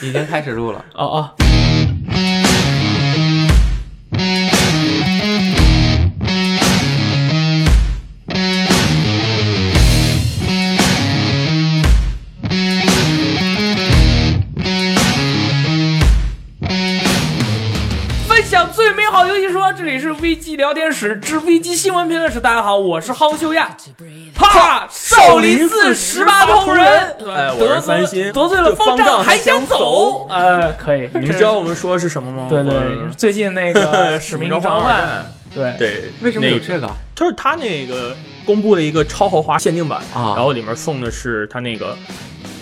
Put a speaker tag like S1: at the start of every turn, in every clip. S1: 已经开始录了。
S2: 哦哦，分享最美好游戏时光，这里是危机聊天室之危机新闻评论室。大家好，我是蒿修亚，哈，少林寺十八铜人，
S3: 哎我是
S2: 得
S3: 三
S2: 罪
S3: 星
S2: 得罪了方
S3: 方丈
S2: 还
S3: 还想
S2: 走，呃，可以，
S3: 你们知道我们说是什么吗？
S2: 对
S3: 我
S2: 对，最近那 个使命召唤，
S3: 唤，
S2: 对，
S3: 对，
S1: 为什么有
S3: 那个？
S1: 这个？
S3: 就是他那个公布了一个超豪华限定版
S1: 啊
S3: 然后里面送的是他那个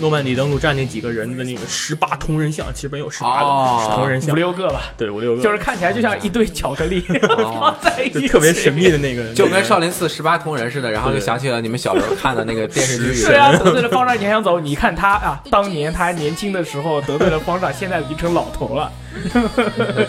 S3: 诺曼底登陆战那几个人的那个十八铜人像，其实没有十八
S1: 哦
S3: 个铜人像
S2: 五，六个吧，
S3: 对，五六个，
S2: 就是看起来就像一堆巧克力 放在一
S3: 就
S2: 起，
S3: 特别神。秘的那个，
S1: 就跟少
S3: 林
S1: 林寺十八铜人似的，然后就
S3: 对
S1: 想起了你们小时候看的那个电视剧
S3: 是
S2: 对啊，得罪了方丈你还想走？你看他啊，当年他里面年轻的时候得罪了方丈，现在已经成老头了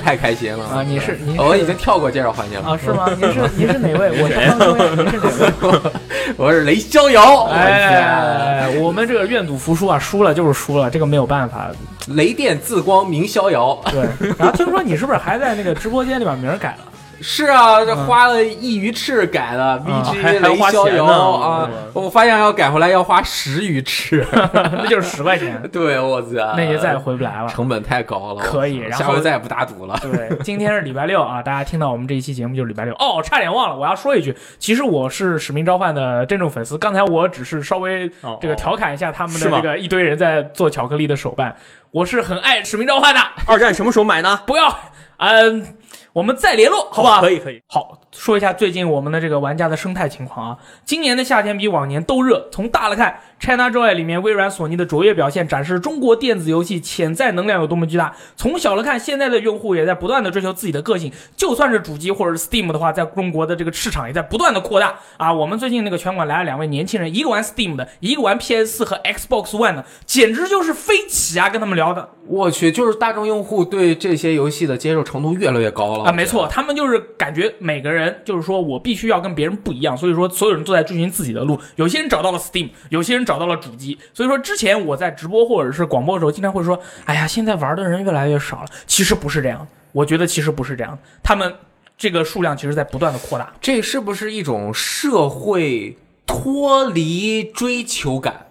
S1: 太开心了
S2: 啊！你是你
S1: 我已经跳过介绍环节了，
S2: 啊是吗？您是您是哪位？我是
S3: 谁
S2: 方中亚，您是哪 位？
S1: 我是雷逍遥，
S2: 哎，我们这个愿赌服输啊，输了就是输了，这个没有办法。
S1: 雷电自光明逍遥。
S2: 对，然后听说你是不是还在那个直播间里把名儿改了？
S1: 是啊，这
S2: 嗯啊
S1: 花了一余翅改的 VG
S3: 还还
S1: 雷
S3: 花
S1: 逍
S3: 钱
S1: 遥
S3: 呢
S1: 啊！我发现要改回来要花十余翅，
S2: 那就是十块钱，
S1: 对我操，
S2: 那就再也回不来了。
S1: 成本太高了，
S2: 可以
S1: 我
S2: 然
S1: 下
S2: 后
S1: 回再也不打赌了。
S2: 对，今天是礼拜六啊，大家听到我们这一期节目就是礼拜六。哦，差点忘了，我要说一句，其实我是《使命召唤》的真正粉丝。刚才我只是稍微这个调侃一下他们的
S3: 哦是吗
S2: 这个一堆人在做巧克力的手办，我是很爱《使命召唤》的。
S3: 二战什么时候买呢？
S2: 不要，嗯、我们再联络，好不好？
S3: 可以可以，
S2: 好，说一下最近我们的这个玩家的生态情况啊。今年的夏天比往年都热，从大了看，ChinaJoy 里面微软、索尼的卓越表现，展示中国电子游戏潜在能量有多么巨大。从小了看，现在的用户也在不断的追求自己的个性，就算是主机或者是 Steam 的话，在中国的这个市场也在不断的扩大啊。我们最近那个拳馆来了两位年轻人，一个玩 Steam 的，一个玩 PS 4和 Xbox One 的，简直就是飞起啊！跟他们聊的
S1: 我去，就是大众用户对这些游戏的接受程度越来越高了
S2: 啊，没错，他们就是感觉每个人就是说我必须要跟别人不一样，所以说所有人都在追寻自己的路。有些人找到了 Steam，有些人找到了主机。所以说之前我在直播或者是广播的时候，经常会说，哎呀，现在玩的人越来越少了。其实不是这样，我觉得其实不是这样，他们这个数量其实在不断的扩大。
S1: 这是不是一种社会脱离追求感？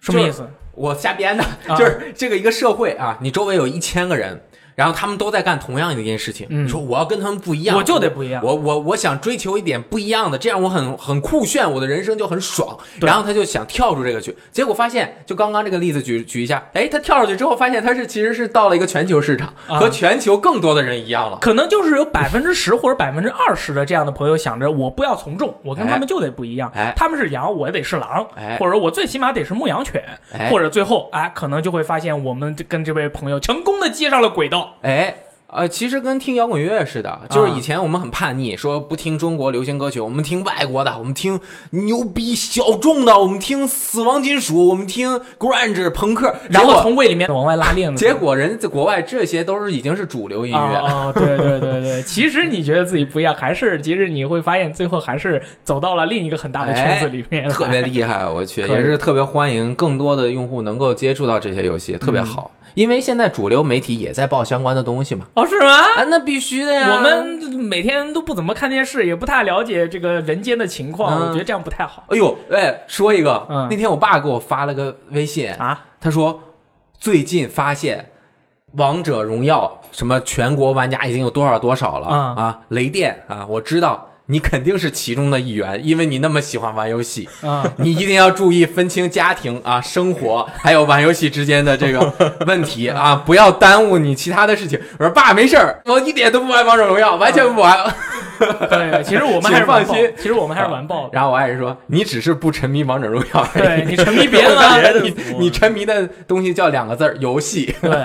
S2: 什么意思？
S1: 我瞎编的，
S2: 啊
S1: 就是这个一个社会啊，你周围有一千个人，然后他们都在干同样的一件事情，
S2: 嗯
S1: 你说我要跟他们不一样，
S2: 我就得不一样
S1: 我我我想追求一点不一样的，这样我很很酷炫，我的人生就很爽。
S2: 对
S1: 然后他就想跳出这个去，结果发现就刚刚这个例子举举一下，哎，他跳出去之后发现他是其实是到了一个全球市场，
S2: 啊
S1: 和全球更多的人一样了。
S2: 可能就是有百分之十或者百分之二十的这样的朋友想着我不要从众，我跟
S1: 哎
S2: 他们就得不一样，
S1: 哎
S2: 他们是羊，我得是狼，
S1: 哎
S2: 或者我最起码得是牧羊犬，
S1: 哎
S2: 或者最后哎可能就会发现我们跟这位朋友成功的接上了轨道。
S1: 哎。呃，其实跟听摇滚乐似的，
S2: 啊
S1: 就是以前我们很叛逆，说不听中国流行歌曲，我们听外国的，我们听牛逼小众的，我们听死亡金属，我们听 grunge 朋克，
S2: 然
S1: 结
S2: 后
S1: 果
S2: 从胃里面往外拉链子，
S1: 结果人家在国外这些都是已经是主流音乐哎了。
S2: 哦，哦对对对对，其实你觉得自己不一样，还是其实你会发现最后还是走到了另一个很大的圈子里面来，
S1: 哎特别厉害，我去，
S2: 可以
S1: 也是特别欢迎更多的用户能够接触到这些游戏，特
S2: 嗯
S1: 别好。因为现在主流媒体也在报相关的东西嘛，
S2: 哦，是吗？
S1: 啊，那必须的呀。
S2: 我们每天都不怎么看电视，也不太了解这个人间的情况，
S1: 嗯
S2: 我觉得这样不太好
S1: 哎呦，哎，说一个，
S2: 嗯
S1: 那天我爸给我发了个微信，
S2: 啊。
S1: 他说最近发现《王者荣耀》什么全国玩家已经有多少多少了、
S2: 嗯
S1: 啊？雷电啊，我知道你肯定是其中的一员，因为你那么喜欢玩游戏。
S2: 啊、
S1: 你一定要注意分清家庭啊、生活还有玩游戏之间的这个 问题啊，不要耽误你其他的事情。我说爸，没事儿，我一点都不玩王者荣耀，完全不玩。
S2: 对，其实我们还是玩爆
S1: 请放心啊
S2: 其实我们还是玩爆的。
S1: 然后我爱人说，你只是不沉迷王者荣耀而已。
S2: 对你沉迷别的吗？
S3: 别的
S1: 你你沉迷的东西叫两个字儿游戏。
S2: 对，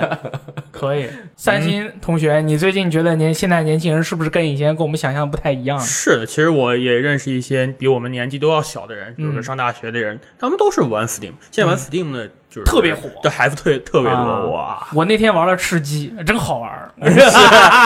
S2: 可以。三星同学，你最近觉得年现在年轻人是不是跟以前跟我们想象不太一样？
S3: 是的，其实我也认识一些比我们年纪都要小的人，比如说
S2: 嗯
S3: 上大学的人，他们都是玩 Steam。现在玩 Steam 的，就是
S2: 特别火
S3: 对孩子特别特别
S2: 啊
S3: 多，哇，
S2: 我那天玩了吃鸡，真好玩儿。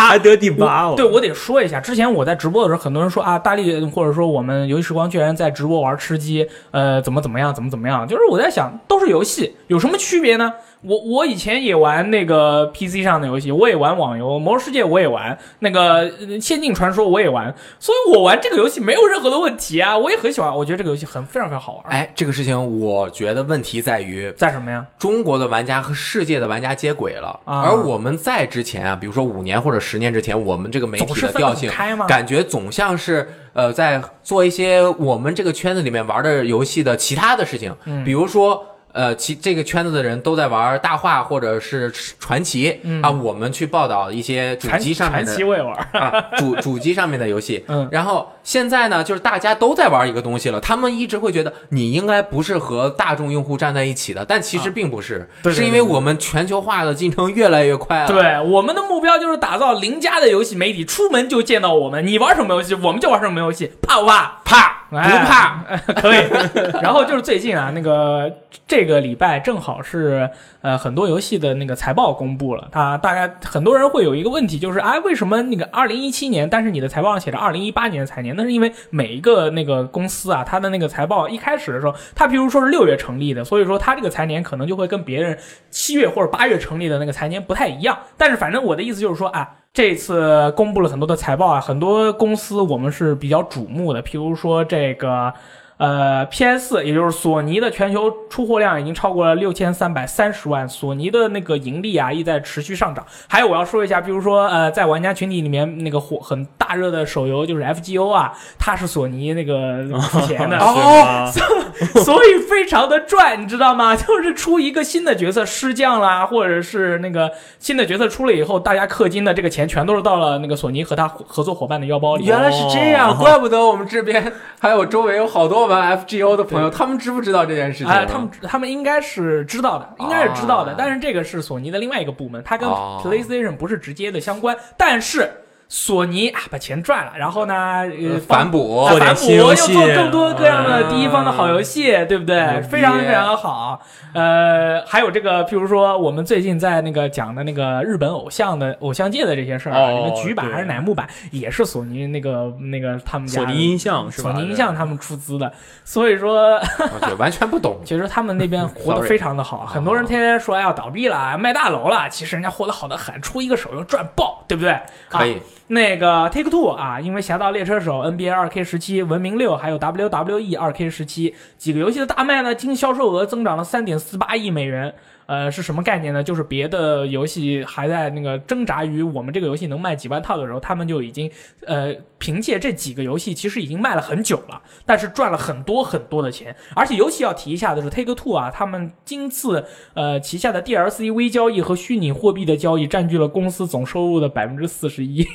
S3: 还得第八，
S1: 哦
S2: 我对，我得说一下，之前我在直播的时候，很多人说啊，大力或者说我们游戏时光居然在直播玩吃鸡，呃，怎么怎么样，怎么怎么样，就是我在想，都是游戏，有什么区别呢？我我以前也玩那个 PC 上的游戏，我也玩网游，《魔兽世界》我也玩，那个呃《仙境传说》我也玩，所以我玩这个游戏没有任何的问题啊，我也很喜欢，我觉得这个游戏很非常非常好玩。
S1: 哎，这个事情我觉得问题在于
S2: 在什么呀？
S1: 中国的玩家和世界的玩家接轨了，
S2: 啊
S1: 而我们在之前啊，比如说五年或者十年之前，我们这个媒
S2: 总
S1: 体
S2: 是
S1: 的
S2: 分得
S1: 调
S2: 很
S1: 性
S2: 开吗，
S1: 感觉总像是呃在做一些我们这个圈子里面玩的游戏的其他的事情，
S2: 嗯
S1: 比如说。呃，其这个圈子的人都在玩大话或者是传奇、啊，我们去报道一些主
S2: 传
S1: 机上面
S2: 嗯传
S1: 的
S2: 奇我 也玩，
S1: 啊，主主机上面的游戏。
S2: 嗯
S1: 然后现在呢，就是大家都在玩一个东西了，他们一直会觉得你应该不是和大众用户站在一起的，但
S2: 啊
S1: 其实并不是，
S2: 对对
S1: 是因为我们全球化的进程越来越快了。
S2: 对，我们的目标就是打造邻家的游戏媒体，出门就见到我们，你玩什么游戏，我们就玩什么游戏，怕不怕？
S1: 怕不
S2: 哎
S1: 怕？
S2: 可以。 呃然后就是最近啊，那个这个礼拜正好是呃很多游戏的那个财报公布了，啊，大概很多人会有一个问题，就是哎，为什么那个二零一七年，但是你的财报上写着二零一八年的财年？那是因为每一个那个公司啊，它的那个财报一开始的时候，它比如说是六月成立的，所以说它这个财年可能就会跟别人七月或者八月成立的那个财年不太一样。但是反正我的意思就是说啊。这次公布了很多的财报啊，很多公司我们是比较瞩目的，譬如说这个呃，PS 也就是索尼的全球出货量已经超过了六千三百三十万，索尼的那个盈利啊亦在持续上涨。还有我要说一下，比如说呃，在玩家群体里面那个火很大热的手游就是 FGO 啊，它是索尼那个付钱的，
S1: 哦
S3: 是吧
S2: 所 以非常的赚，你知道吗？ 就是出一个新的角色师将啦，或者是那个新的角色出了以后，大家氪金的这个钱全都是到了那个索尼和他合合作伙伴的腰包里。
S1: 原来是这样，
S3: 哦
S1: 怪不得我们这边还有周围有好多玩 FGO 的朋友，他们知不知道这件事情？
S2: 啊、他们他们应该是知道的，应该是知道的。
S1: 啊
S2: 但是这个是索尼的另外一个部门，它跟
S1: 哦
S2: PlayStation 不是直接的相关。但是索尼啊，把钱赚了，然后呢，呃，放
S1: 反哺
S2: 啊
S3: 做点
S2: 反
S3: 哦新
S2: 哺又
S3: 游戏嗯
S2: 做更多各样的
S1: 啊
S2: 第一方的好游戏，对不对？
S1: 牛逼
S2: 非常非常好。呃，还有这个，譬如说我们最近在那个讲的那个日本偶像的偶像界的这些事儿啊，
S3: 哦
S2: 那个菊版
S3: 对
S2: 还是乃木版，也是索尼那个那个他们家
S3: 索
S2: 的
S3: 尼 音像是吧？
S2: 索尼音像他们出资的，所以说
S1: 我觉得完全不 懂。
S2: 其实他们那 边活得
S1: Sorry
S2: 非常的好，很多人天天说哎要倒闭了，卖大楼了，其实人家活得好的很，出一个手游赚爆，对不对？
S1: 可
S2: 啊、
S1: 以，
S2: 那个 Take Two 啊，因为《侠盗猎车手》、NBA 2K 十七、文明六，还有 WWE 2K 十七几个游戏的大卖呢，经销售额增长了三点四八亿美元。呃，是什么概念呢？就是别的游戏还在那个挣扎于我们这个游戏能卖几万套的时候，他们就已经呃凭借这几个游戏其实已经卖了很久了，但是赚了很多很多的钱。而且尤其要提一下的是，Take Two 啊，他们今次呃旗下的 DLC V 交易和虚拟货币的交易占据了公司总收入的百分之四十一。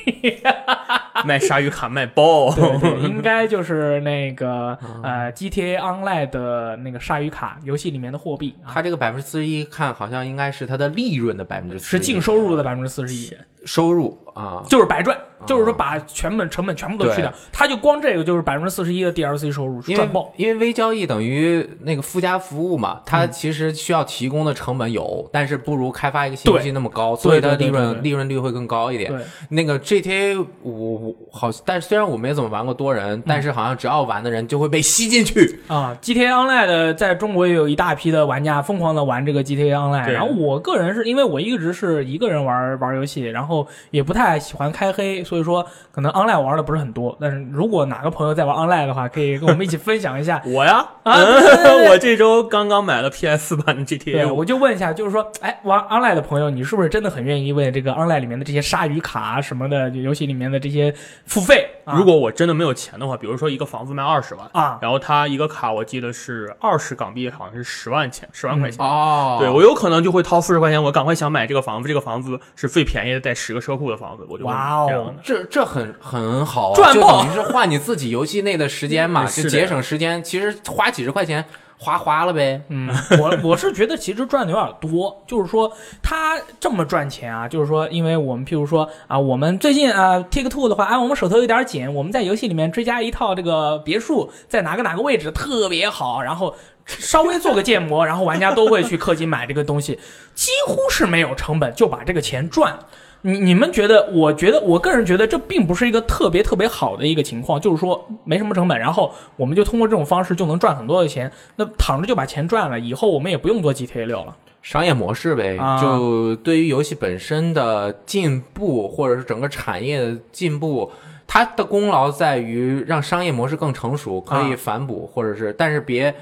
S3: 卖鲨鱼卡卖包，
S2: 对对，应该就是那个呃 GTA Online 的那个鲨鱼卡游戏里面的货币啊，
S1: 他这个百分之四十一看好像应该是他的利润的百分之
S2: 是净收入的百分之四十一，
S1: 收入啊，
S2: 就是白赚，就是说把全本成本全部都去掉，他就光这个就是百分之四十一的 DLC 收入
S1: 因为
S2: 赚爆。嗯
S1: 因为微交易等于那个附加服务嘛，它其实需要提供的成本有，但是不如开发一个新游戏那么高，所以它
S2: 对对
S1: 利
S2: 对
S1: 润
S2: 对对
S1: 利润率会更高一点。
S2: 对，
S1: 那个 GTA 五好，但虽然我没怎么玩过多
S2: 嗯
S1: 人，但是好像只要玩的人就会被吸进去。
S2: 啊，GTA Online 的在中国也有一大批的玩家疯狂的玩这个 GTA Online。
S3: 对。
S2: 然后我个人是因为我一直是一个人玩玩游戏，然后也不太喜欢开黑，所以说可能 Online 玩的不是很多。但是如果哪个朋友在玩 Online 的话，可以跟我们一起分享一下
S3: 我呀，嗯
S2: 啊对对对对
S3: 我这周刚刚买了 PS 版的
S2: 对，
S3: GTA 五。
S2: 我就问一下，就是说，哎，玩 Online 的朋友，你是不是真的很愿意为这个 Online 里面的这些鲨鱼卡啊什么的游戏里面的这些付费？啊、
S3: 如果我真的没有钱的话，比如说一个房子卖二十万，
S2: 啊，
S3: 然后它一个卡我记得是二十港币，好像是十万钱，十万块
S2: 嗯
S3: 钱。
S1: 哦，
S3: 对我有可能就会掏四十块钱，我赶快想买这个房子，这个房子是最便宜的，带十个车库的房子，我就会
S2: 哇哦
S3: 这样的。
S1: 这这很很好啊，
S2: 赚
S1: 就
S2: 爆
S1: 等于是换你自己游戏内的时间 嘛，
S3: 嗯是
S1: 就
S3: 的
S1: 节省时间。其实花几十块钱，花花了呗。
S2: 嗯，我我是觉得其实赚的有点多，就是说他这么赚钱啊，就是说，因为我们譬如说啊，我们最近啊 Take Two 的话，啊，我们手头有点紧，我们在游戏里面追加一套这个别墅，在哪个哪个位置特别好，然后稍微做个建模，然后玩家都会去氪金买这个东西，几乎是没有成本就把这个钱赚了。你你们觉得？我觉得，我个人觉得这并不是一个特别特别好的一个情况，就是说没什么成本，然后我们就通过这种方式就能赚很多的钱，那躺着就把钱赚了，以后我们也不用做 GTA 六了。
S1: 商业模式呗，
S2: 啊
S1: 就对于游戏本身的进步，或者是整个产业的进步，它的功劳在于让商业模式更成熟，可以
S2: 啊
S1: 反哺，或者是，但是别。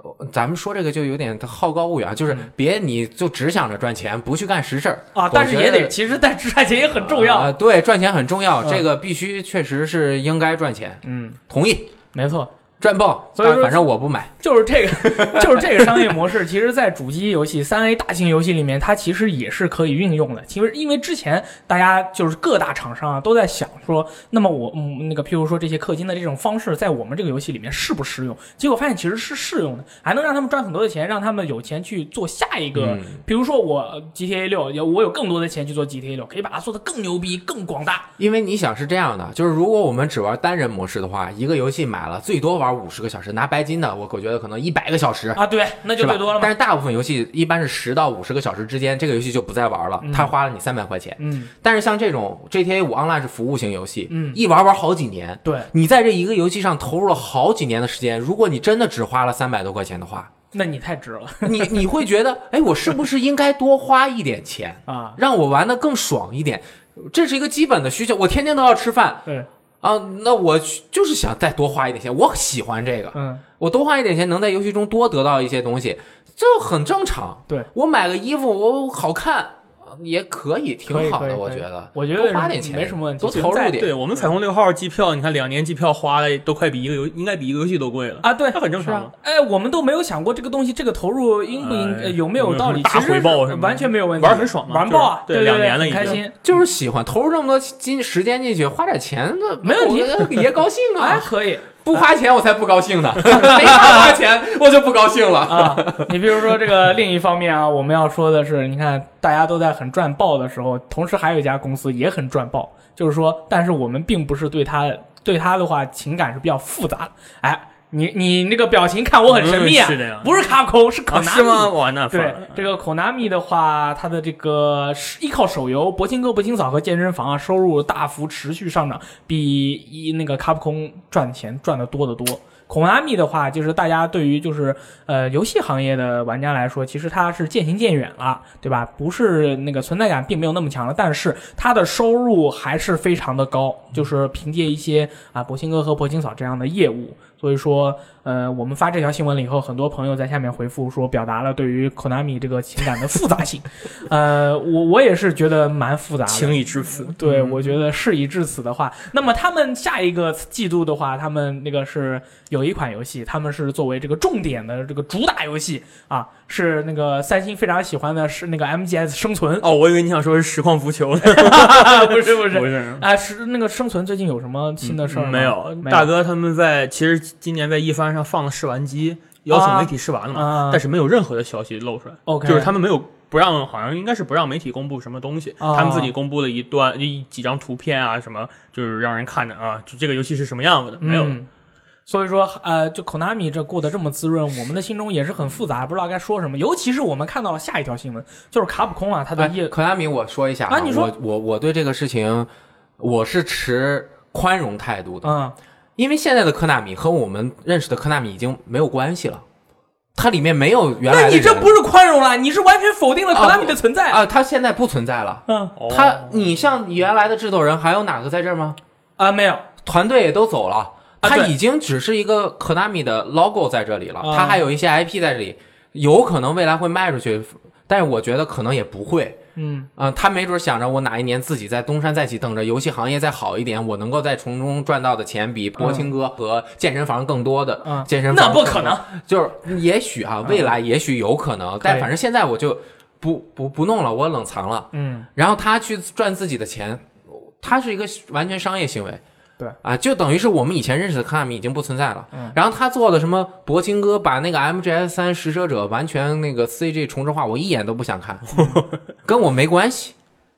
S1: 呃咱们说这个就有点好高骛远，啊就是别你就只想着赚钱，不去干实事儿
S2: 嗯啊，
S1: 我
S2: 但是
S1: 觉
S2: 也
S1: 得
S2: 得，其实但 赚钱也很重要。
S1: 啊对，赚钱很重要，
S2: 嗯
S1: 这个必须确实是应该赚钱，
S2: 嗯，
S1: 同意
S2: 没错，
S1: 赚爆，
S2: 所以
S1: 但
S2: 说
S1: 反正我不买，
S2: 就是这个， 就是这个商业模式，其实，在主机游戏三 A 大型游戏里面，它其实也是可以运用的。其实，因为之前大家就是各大厂商啊都在想说，那么我嗯那个，譬如说这些氪金的这种方式，在我们这个游戏里面适不适用？结果发现其实是适用的，还能让他们赚很多的钱，让他们有钱去做下一个。
S1: 嗯
S2: 比如说我呃 GTA 六，有我有更多的钱去做 GTA 六，可以把它做得更牛逼、更广大。
S1: 因为你想是这样的，就是如果我们只玩单人模式的话，一个游戏买了最多玩五十个小时，拿白金的，我我觉得可能一百个小时。
S2: 啊，对，那就是
S1: 吧
S2: 最多了？嘛
S1: 但。是大部分游戏一般是十到五十个小时之间，这个游戏就不再玩了
S2: 嗯，
S1: 它花了你三百块钱。
S2: 嗯，
S1: 但是像这种 GTA 五 Online 是服务型游戏，
S2: 嗯
S1: 一玩玩好几年，
S2: 对，
S1: 你在这一个游戏上投入了好几年的时间，如果你真的只花了三百多块钱的话，
S2: 那你太值了
S1: 你 你会觉得，哎，我是不是应该多花一点钱，
S2: 啊！
S1: 让我玩的更爽一点？这是一个基本的需求，我天天都要吃饭，
S2: 对，
S1: 啊，那我去就是想再多花一点钱，我喜欢这个，
S2: 嗯，
S1: 我多花一点钱能在游戏中多得到一些东西，这很正常。
S2: 对
S1: 我买个衣服，我好看也可以，挺好
S2: 可以可
S1: 的，
S2: 以
S1: 我
S2: 可以
S1: 觉得。
S2: 我觉
S1: 多
S2: 得
S1: 花点钱
S2: 没什么问题，
S1: 多投入
S2: 存在
S1: 点
S3: 对我们彩虹六号机票，你看两年机票花的都快比一个游，应该比一个游戏都贵了，
S2: 啊，对
S3: 这，很正常嘛。
S2: 哎，我们都没有想过这个东西，这个投入应不应、
S3: 哎
S2: 呃有没有道理？
S3: 有没有什
S2: 其
S3: 么
S2: 实
S3: 大回报什么的
S2: 完全没有问题，
S3: 玩儿很爽嘛
S2: 玩爆啊！
S3: 就
S2: 对
S3: 是对
S2: 对，
S3: 两年了
S2: 很
S3: 已经
S2: 开心，
S1: 就是喜欢投入这么多金时间进去，花点钱那
S2: 没问题
S1: 我觉得也高兴
S2: 哎，
S1: 啊。
S2: 可以
S1: 不花钱我才不高 兴呢，没法花钱我就不高兴了。
S2: 啊。你比如说这个另一方面啊，我们要说的是，你看大家都在很赚爆的时候，同时还有一家公司也很赚爆，就是说，但是我们并不是对他对他的话情感是比较复杂的。哎，你你那个表情看我很神秘啊，
S3: 嗯是的呀
S2: 不是卡口是可
S3: 啊
S2: 拿、
S3: 是吗？？哇，那嗯反
S2: 对
S3: 而
S2: 这个 Konami 的话，它的这个是依靠手游《博青哥、博青嫂》和健身房啊，收入大幅持续上涨，比一那个 Capcom 赚钱赚的多得多。Konami 的话，就是大家对于就是呃游戏行业的玩家来说，其实它是渐行渐远了，对吧？不是那个存在感并没有那么强了，但是它的收入还是非常的高，就是凭借一些啊博兴哥和博青嫂这样的业务。所以说，呃，我们发这条新闻了以后，很多朋友在下面回复说，表达了对于 Konami 这个情感的复杂性。 呃，我我也是觉得蛮复杂的，
S3: 情已致富，，
S2: 对，我觉得事已至此的话，那么他们下一个季度的话，他们那个是有一款游戏，他们是作为这个重点的这个主打游戏啊，是那个三星非常喜欢的是那个 MGS 生存
S3: 哦，我以为你想说是实 况足球呢，
S2: 不是不
S3: 不
S2: 是。
S3: 是。嗯
S2: 啊，是那个生存最近有什么新的事儿吗、呃
S3: 没有，
S2: 没
S3: 大哥他们在其实今年在一番上放了试玩机，邀请媒体试玩了嘛，
S2: 啊
S3: 但是没有任何的消息露出来，
S2: OK，
S3: 就是他们没有不让，好像应该是不让媒体公布什么东西，
S2: 啊
S3: 他们自己公布了一段一几张图片啊，什么就是让人看的啊，就这个游戏是什么样子的，没有。
S2: 嗯所以说，呃，就 Konami 这过得这么滋润，我们的心中也是很复杂，不知道该说什么。尤其是我们看到了下一条新闻，就是卡普空啊，它的业、
S1: 哎，可拉米，我说一下
S2: 啊你说
S1: 我我我对这个事情我是持宽容态度的。
S2: 嗯，
S1: 因为现在的科纳米和我们认识的科纳米已经没有关系了，它里面没有原来
S2: 那
S1: 的
S2: 你这
S1: 人
S2: 不是宽容了，你是完全否定了
S1: 啊
S2: Konami 的存在。
S1: 啊，它现在不存在了。
S2: 嗯
S3: 哦
S1: 它，你像原来的制作人，还有哪个在这儿吗？
S2: 啊，没有，
S1: 团队也都走了，
S2: 啊
S1: 它
S2: 对
S1: 已经只是一个 Konami 的 logo 在这里了，
S2: 啊
S1: 它还有一些 IP 在这里，有可能未来会卖出去，但是我觉得可能也不会。
S2: 嗯，
S1: 啊、他没准想着我哪一年自己在东山再起，等着游戏行业再好一点，我能够在从中赚到的钱比博青哥和健身房更多的、
S2: 嗯
S1: 健身房
S2: 那不可能。嗯
S1: 就是也许啊，未来也许有可能，但反正现在我就不不不弄了，我冷藏了。
S2: 嗯，
S1: 然后他去赚自己的钱，他是一个完全商业行为。
S2: 对嗯
S1: 啊，就等于是我们以前认识的卡米已经不存在了。然后他做的什么铂金哥把那个 MGS 三食蛇者完全那个 CG 重置化，我一眼都不想 看，跟我没关系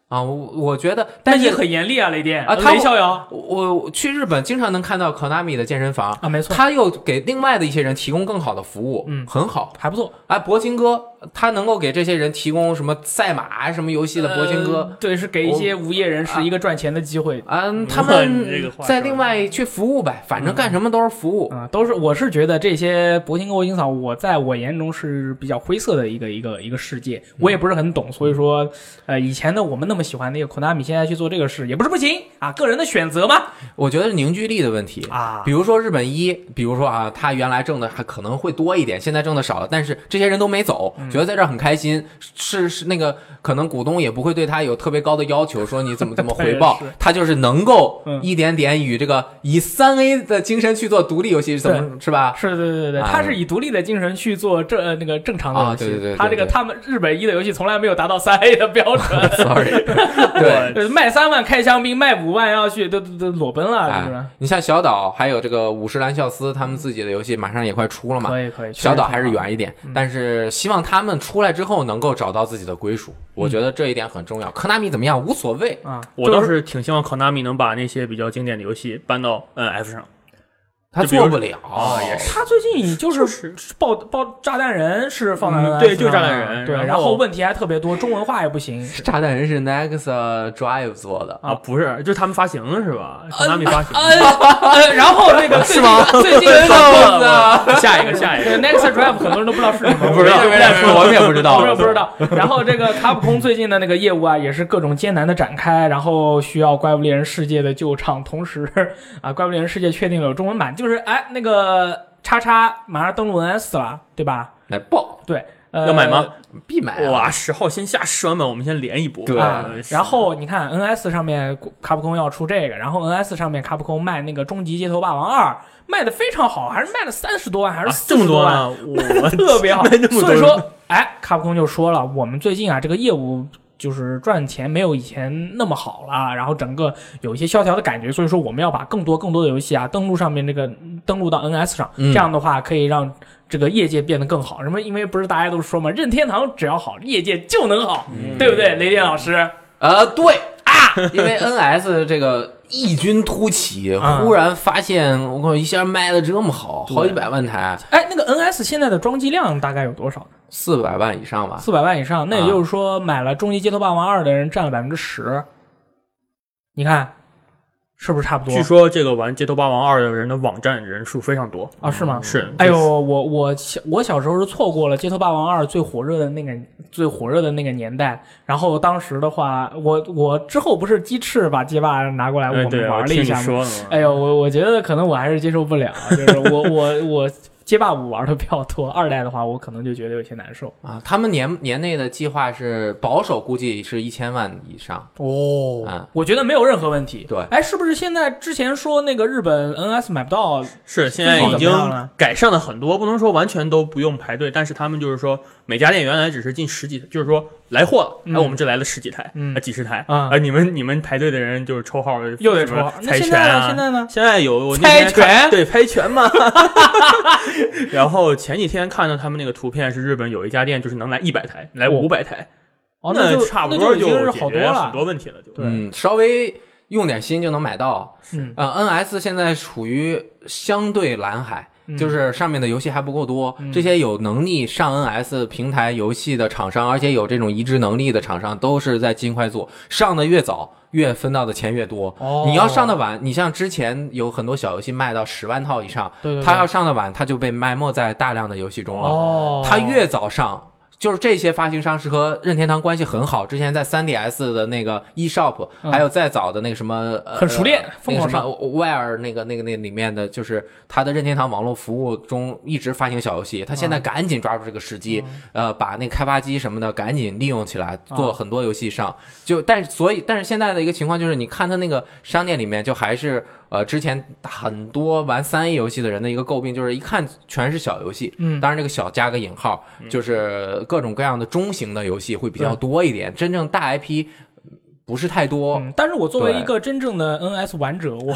S1: 啊。我我觉得，但
S2: 那也
S1: 是
S2: 很严厉啊，雷电
S1: 啊他
S2: 雷逍遥
S1: 我我去日本经常能看到 Konami 的健身房，
S2: 啊，没错，
S1: 他又给另外的一些人提供更好的服务，
S2: 嗯
S1: 很好。
S2: 还不错。
S1: 哎，铂金哥它能够给这些人提供什么赛马啊什么游戏的铂金哥
S2: 呃，对，是给一些无业人士一个赚钱的机会
S1: 嗯，他
S3: 哇你这个
S1: 们
S3: 话
S1: 再
S3: 说
S1: 另
S3: 的
S1: 外去服务呗，反
S2: 嗯
S1: 正干什么都是服务。
S2: 啊、都是我是觉得这些铂金跟铂金草，我在我眼中是比较灰色的一个一个一个世界，我也不是很懂，所以说，呃，以前的我们那么喜欢那个 Konami，现在去做这个事也不是不行啊，个人的选择嘛
S1: 我觉得是凝聚力的问题。
S2: 啊，
S1: 比如说日本一，比如说啊，他原来挣的还可能会多一点，现在挣的少了，但是这些人都没走，
S2: 嗯
S1: 觉得在这儿很开心，是是那个可能股东也不会对他有特别高的要求，说你怎么怎么
S2: 对
S1: 回报
S2: 是，
S1: 他就是能够
S2: 嗯
S1: 一点点与这个以三 A 的精神去做独立游戏，是怎么是吧？
S2: 是，对对对对，
S1: 啊
S2: 他是以独立的精神去做正呃那个正常的游戏，
S1: 啊对对对对
S2: 他这个
S1: 对
S2: 他们日本一的游戏从来没有达到三 A 的标准，
S1: Sorry，对。
S2: 呃卖三万开香槟，卖五万要去都都都裸奔了，是
S1: 哎
S2: 吧？，
S1: 你像小岛，还有这个五十岚孝司，他们自己的游戏马上也快出了嘛。
S2: 可以可以，
S1: 小岛还
S2: 确实
S1: 是
S2: 挺好
S1: 远一点，但是希望他们出来之后能够找到自己的归属，我觉得这一点很重要。科纳米怎么样无所谓，
S2: 啊，
S3: 我倒
S2: 就是
S3: 是挺希望 Konami 能把那些比较经典的游戏搬到 NF 上。
S1: 他
S3: 就比如
S1: 做不了
S3: 啊也是
S2: 他最近就是爆爆炸弹人是放在
S3: 嗯
S2: NS
S3: 对就
S2: 上
S3: 炸
S2: 了
S3: 弹人
S2: 对，
S3: 然
S2: 然后
S3: 后
S2: 问题还特别多，中文化也不 行。
S1: 炸弹人是 Nexa Drive 做 的，
S3: 啊，不是，就是他们发行的是吧？Konami 发行。
S1: 啊
S2: 呃，然后那个是 吗？最近
S1: 真的
S2: 的
S1: 吗？
S3: 哦下一个，下一个，
S2: Next Drive 很多人都不知道是什么，
S1: 不知道
S2: 我也
S1: 没事没事我们也不知道
S2: 我们也 不知道。然后这个卡普空最近的那个业务啊，也是各种艰难的展开，然后需要《怪物猎人世界》的救场，同时 啊，《怪物猎人世界》确定了有中文版，就是哎，那个叉叉马上登陆 NS 了，对吧？
S1: 来哎爆
S2: 对，呃，
S3: 要买吗？
S1: 必买啊！
S3: 哎哇，十号先下十万本，我们先连一波。
S1: 对
S2: 啊
S3: 呃，
S2: 然后你看 NS 上面卡普空要出这个，然后 NS 上面卡普空卖那个《终极街头霸王二》卖的非常好，还是卖了三十多万，还是
S3: 啊，
S2: 40
S3: 这么多
S2: 万，
S3: 呢，我
S2: 特别 好。
S3: 卖那么多
S2: 所以说，哎，卡普空就说了，我们最近啊这个业务。就是赚钱没有以前那么好了，然后整个有一些萧条的感觉，所以说我们要把更多更多的游戏啊登录上面这个登录到 NS 上，
S1: 嗯
S2: 这样的话可以让这个业界变得更好。什么？因为不是大家都说嘛，任天堂只要好，业界就能好，
S3: 嗯
S2: 对不对？雷电老师，
S1: 呃，对啊，因为 NS 这个异军突起，
S2: 啊
S1: 忽然发现我靠，一下卖的这么好，好几百万台，
S2: 哎，那个 NS 现在的装机量大概有多少呢？
S1: 四百万以上
S3: 啊
S1: 吧。
S2: 四百万以上，那也就是说买了《终极街头霸王二》的人占了百分之十，你看是不是差不多？
S3: 据说这个玩《街头霸王二》的人的网站人数非常多，
S2: 啊，是吗？
S3: 嗯是，
S2: 哎呦，我我小我小时候是错过了《街头霸王二》最火热的那个最火热的那个年代，然后当时的话，我我之后不是鸡翅把街霸拿过来
S3: 哎，
S2: 我
S3: 对，
S2: 们玩了
S3: 听
S2: 一
S3: 你
S2: 下吗？
S3: 说了嘛，
S2: 哎呦，我我觉得可能我还是接受不了，就是我我我街霸五玩的比较多，二代的话我可能就觉得有些难受。
S1: 啊，他们年年内的计划是保守估计是一千万以上。
S2: 哦
S1: 啊
S2: 我觉得没有任何问题。
S1: 对
S2: 哎，是不是现在之前说那个日本 NS 买不到？
S3: 是现在已
S2: 最近
S3: 经
S2: 怎么样了
S3: 改善了很多，不能说完全都不用排队，但是他们就是说每家店原来只是进十几，就是说来货了，
S2: 嗯
S3: 哎，我们这来了十几台，
S2: 嗯
S3: 啊几十台
S2: 啊
S3: 哎你们你们排队的人就是抽号，
S2: 又得
S3: 什么
S2: 抽那
S3: 猜
S2: 现
S3: 拳
S2: 在呢
S3: 啊，
S2: 现在呢
S3: 现在有我那天
S2: 猜拳
S3: 看对猜拳嘛， 然后前几天看到他们那个图片是日本有一家店就是能来一百台，来五百台，
S2: 哦，
S3: 那
S2: 就
S3: 差不
S2: 那
S3: 多
S2: 就已经是
S3: 解
S2: 好多
S3: 决
S2: 了。
S3: 很多问题了，就
S2: 对
S1: 嗯，稍微用点心就能买到。
S2: 嗯
S1: 呃，NS 现在处于相对蓝海，
S2: 嗯
S1: 就是上面的游戏还不够多。
S2: 嗯
S1: 这些有能力上 NS 平台游戏的厂商，而且有这种移植能力的厂商，都是在尽快做。上的越早，越分到的钱越多。
S2: 哦
S1: 你要上的晚，你像之前有很多小游戏卖到十万套以上，
S2: 对对对
S1: 它要上的晚，它就被埋没在大量的游戏中了。
S2: 哦，
S1: 它越早上，就是这些发行商是和任天堂关系很好。之前在 3DS 的那个 eShop，、
S2: 嗯
S1: 还有再早的那个什么，呃、
S2: 很熟练
S1: 呃
S2: 疯狂
S1: 那个什么 Wire 那个那个那里面的，就是它的任天堂网络服务中一直发行小游
S2: 嗯
S1: 戏。它现在赶紧抓住这个时机，呃，把那个开发机什么的赶紧利用起来，
S2: 嗯
S1: 做很多游戏上。就但是所以但是现在的一个情况就是，你看它那个商店里面就还是。呃，之前很多玩三 A 游戏的人的一个诟病就是，一看全是小游戏，
S2: 嗯
S1: 当然这个小加个引号，就是各种各样的中型的游戏会比较多一点，真正大 IP。不是太多。
S2: 嗯，但是我作为
S1: 对
S2: 一个真正的 NS 玩者，我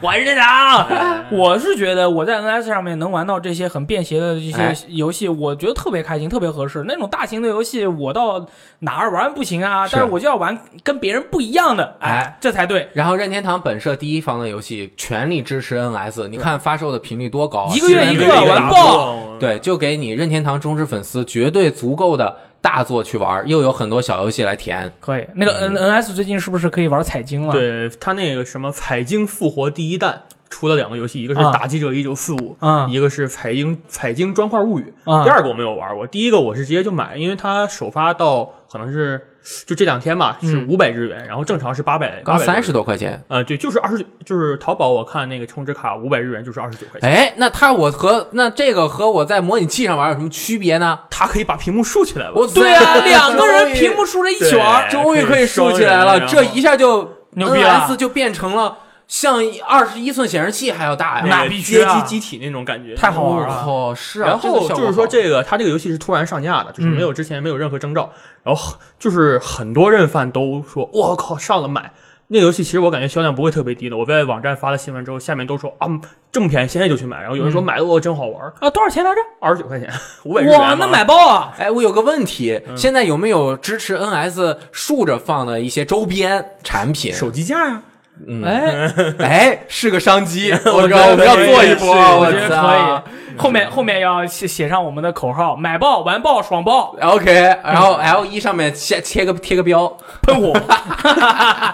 S2: 玩这啥？ 我是觉得我在 NS 上面能玩到这些很便携的这
S1: 哎
S2: 些游戏，我觉得特别开心，特别合适。那种大型的游戏，我到哪儿玩不行啊？
S1: 是
S2: 但是我就要玩跟别人不一样的，哎
S1: 哎，
S2: 这才对。
S1: 然后任天堂本社第一方的游戏全力支持 NS，你看发售的频率多高啊，
S2: 一个月
S1: 现在
S2: 一个
S1: 每
S2: 完
S3: 打
S2: 爆
S3: 破，
S1: 对，就给你任天堂忠实粉丝绝对足够的大作去玩，又有很多小游戏来填。
S2: 可以，那个 N NS 最近是不是可以玩彩金了？，
S3: 对他那个什么《彩晶复活第一弹》出了两个游戏，一个是
S2: 啊
S3: 《打击者一九四五》，
S2: 啊
S3: 一个是《彩晶彩晶砖块物语》
S2: 啊
S3: 第二个我没有玩过，第一个我是直接就买，因为它首发到可能是就这两天吧，是
S2: 嗯
S3: 五百日元，然后正常是八百
S1: 刚
S3: 八百
S1: 三十。多块钱，
S3: 呃，对，就是二十，就是淘宝我看那个充值卡五百日元就是二十九块钱，
S1: 哎，那它我和那这个和我在模拟器上玩有什么区别呢？
S3: 它可以把屏幕竖起来吧？
S1: 我
S2: 对啊，
S1: 终于
S2: 两个人屏幕竖着一起玩儿，
S1: 终于可以竖起来
S3: 可
S1: 了，
S3: 以双人
S1: 这一下就
S2: 牛逼了
S1: NS 就变成了像二十一寸显示器还要大呀，
S2: 那
S3: 个
S2: 必须
S3: 街
S2: 啊
S3: 机机体那种感觉，
S2: 太好玩了
S1: 哦，是啊，
S3: 然
S1: 这个
S3: 后
S1: 效果
S3: 就是说，
S1: 好嗯
S3: 这个它这个游戏是突然上架的，就是没有之前没有任何征兆，然后很就是很多认贩都说，我靠，上了买。那个游戏其实我感觉销量不会特别低的，我在网站发了新闻之后，下面都说啊这么便宜，现在就去买。然后
S1: 嗯
S3: 有人说买了我真好玩，
S2: 啊，多少钱来着？
S3: 二十九块钱，五百日元
S2: 哇，
S3: 嘛
S2: 那买爆啊！
S1: 哎，我有个问题，
S2: 嗯
S1: 现在有没有支持 NS 竖着放的一些周边产品？
S3: 手机啊架呀、
S1: 嗯，
S2: 哎，
S1: 哎，是个商 机，
S3: 我
S1: 我
S3: 觉
S1: 知
S3: 得
S1: 道我们要
S3: 可以
S1: 做一
S3: 是
S1: 波，啊
S3: 我
S1: 我
S2: 觉得
S1: 操
S2: 可以。后面后面要写写上我们的口号：买爆、完爆、爽爆、
S1: OK，然后 L 一上面切贴个贴个标，
S2: 喷 火。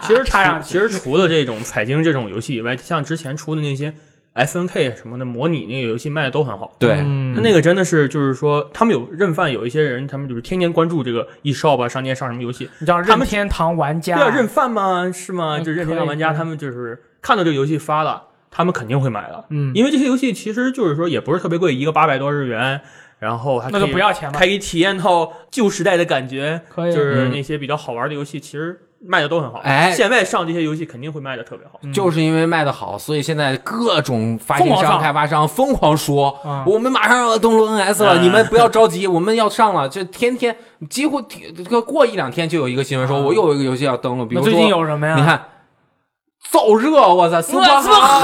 S3: 其实
S2: 插上去
S3: 其实除了这种彩晶这种游戏以外，像之前出的那些 S N K 什么的模拟那个游戏卖的都很好。
S1: 对，
S2: 嗯
S3: 那那个真的是，就是说，他们有认饭，有一些人，他们就是天天关注这个 eShop 啊，商店上什么游戏，
S2: 你知道任天堂玩家
S3: 对啊，认饭吗？是吗？
S2: 嗯
S3: 就任天
S2: 可
S3: 堂
S2: 以
S3: 玩家，
S2: 可以
S3: 他们就是看到这个游戏发了，他们肯定会买的，
S2: 嗯
S3: 因为这些游戏其实就是说也不是特别贵，一个八百多日元，然后还
S2: 那就不要钱了
S3: 可以体验到旧时代的感觉，
S2: 可以，
S3: 就是
S1: 嗯
S3: 那些比较好玩的游戏，其实卖的都很好。
S1: 哎嗯
S3: 现在上这些游戏肯定会卖的特别好。
S2: 嗯
S1: 就是因为卖的好，所以现在各种发行
S2: 疯狂
S1: 商、
S2: 上
S1: 开发商疯狂说
S2: 啊，
S1: 我们马上要登陆 NS 了，
S2: 哎
S3: 嗯
S1: 你们不要着急，我们要上了。就天天几乎这个过一两天就有一个新闻说，
S2: 啊
S1: 我又有一个游戏要登陆，比
S2: 那
S1: 如
S2: 最近
S1: 说
S2: 有什么呀？
S1: 你看燥热，我操，斯
S2: 哇，
S1: 巴
S2: 这么
S1: 哈。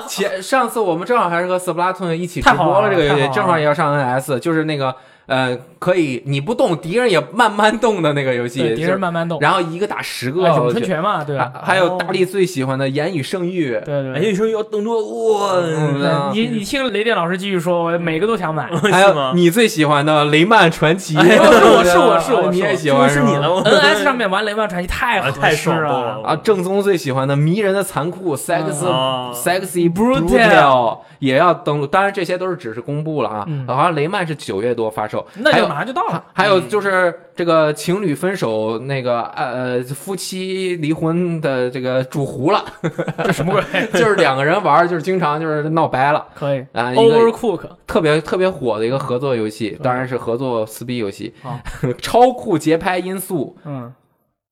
S2: 狠！
S1: 前上次我们正好还是和 Splatoon 一起直
S2: 太好
S1: 播
S2: 玩了
S1: 这个游
S2: 太好
S1: 戏，
S2: 玩
S1: 正好也要上 NS，就是那个呃，可以你不动，敌人也慢慢动的那个游戏，
S2: 对，敌
S1: 就是
S2: 人慢慢动，
S1: 然后一个打十个，
S2: 哎，什么
S1: 我
S2: 春
S1: 觉得
S2: 拳嘛，对
S1: 还
S2: 吧？
S1: 还有大
S2: 哦，
S1: 力最喜欢的言语圣域，
S2: 对
S3: 哎，
S2: 对
S3: 你说要登陆，哇，
S1: 嗯
S2: 对，
S1: 啊
S2: 你你听雷电老师继续说，我每个都 想买。
S1: 还
S3: 是
S1: 有
S3: 吗？
S1: 你最喜欢的《雷曼传奇》
S3: 哎呦
S2: 是我是我是我
S1: 你也喜
S3: 这
S1: 欢
S3: 不是你了
S1: 吗？
S3: 吗
S2: NS 上面玩雷曼传奇太
S3: 啊
S2: 合
S3: 太
S2: 适
S3: 爽爆
S2: 了，
S3: 了
S1: 啊，正宗最喜欢的《迷人的残酷》
S2: 啊
S1: ，Sex
S3: 啊
S1: Sexy
S2: Brutal
S1: Brutal 也要登录，当然这些都是只是公布了啊
S2: 嗯，
S1: 好像雷曼是九月多发售，
S2: 那
S1: 还
S2: 就
S1: 有
S2: 马上就到了。
S1: 还有
S2: 嗯
S1: 就是这个情侣分手，那个呃夫妻离婚的这个主糊了，
S2: 这什么鬼？
S1: 就是两个人玩儿，就是经常就是闹掰了
S2: 可以
S1: 啊，一个
S2: ，Overcook
S1: 特别特别火的一个合作游戏，
S2: 嗯
S1: 当然是合作撕逼游戏
S2: 好，
S1: 超酷节拍音速
S2: 嗯，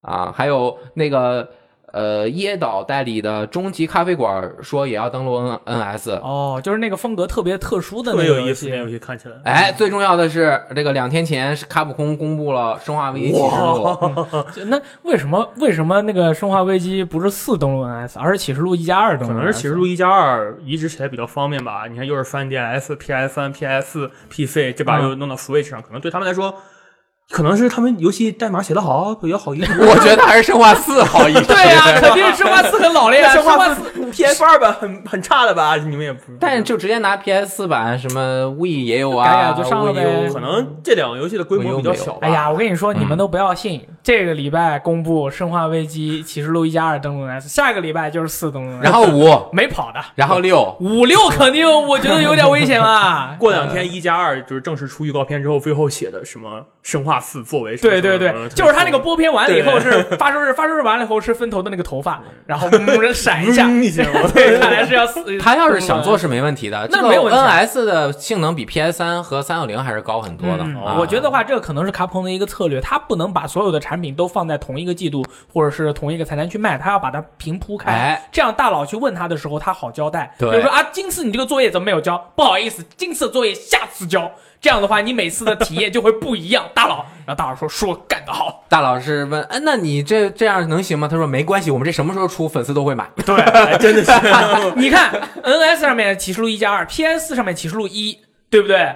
S1: 啊，还有那个呃椰岛代理的终极咖啡馆说也要登陆 N N S。
S2: 哦，就是那个风格特别特殊的
S3: 特
S2: 那
S3: 别
S2: 个
S3: 有
S2: 游
S3: 意思，
S2: 戏
S3: 那，游戏看起来。
S2: 嗯
S1: 哎，最重要的是，这个两天前是卡普空公布了《生化危机》启示录，
S2: 就那为什么为什么那个《生化危机》不是四登陆 NS，而是《启示录一加二》登
S3: 可
S2: 陆 NS？
S3: 能是启示录一加二移植起来比较方便吧。你看，又是翻 DS、PS3、PS、PC，这把
S2: 嗯
S3: 又弄到 Switch 上，可能对他们来说，可能是他们游戏代码写得好，比较好 移植。
S1: 我觉得还是《生化四》好一些。
S2: 对呀、 肯定是《生化四》很老了呀，《生化四》
S3: PS 二版很很差的吧？你们也不，
S1: 但就直接拿 PS 四版，什么 We 也有
S2: 改呀
S1: 啊，
S2: 就上了
S1: Wii U
S2: 呗
S3: 可能这两个游戏的规模比较小吧。。
S2: 哎呀，我跟你说，你们都不要信。这个礼拜公布《生化危机》《启示录一加二》登陆 NS，下个礼拜就是四登陆 NS，
S1: 然后五，
S2: 没跑的
S1: 然后六，
S2: 五六肯定我觉得有点危险啊吧
S3: 过
S2: 呃
S3: 两天一加二就是正式出预告片之后，最后写的什么《生化四》作为什么
S2: 对对
S3: 什么
S2: 对，
S3: 什么
S2: 就是他那个播片完了以后
S3: 对
S2: 是发售日，发售日完了以后是分头的那个头发，然后嗯人闪一下，
S3: 嗡一下
S2: 对，看来是要 死。
S1: 他要是想做是没问题的，
S2: 那
S1: 这个
S2: 没有问题啊
S1: NS 的性能比 PS 三和三六零还是高很多的。
S2: 嗯
S1: 啊
S2: 我觉得的话，这个可能是卡普空的一个策略，他不能把所有的产品都放在同一个季度或者是同一个财年去卖，他要把它平铺开，
S1: 哎
S2: 这样大佬去问他的时候，他好交代。
S1: 对
S2: 比如说啊，今次你这个作业怎么没有交？不好意思，今次的作业下次交。这样的话，你每次的体验就会不一样，大佬。然后大佬说说干得好，
S1: 大老师问，哎，那你这这样能行吗？他说没关系，我们这什么时候出，粉丝都会买。
S3: 对，哎真的是
S2: 你看 NS 上面启示录一加二，PS 上面启示录一，对不对？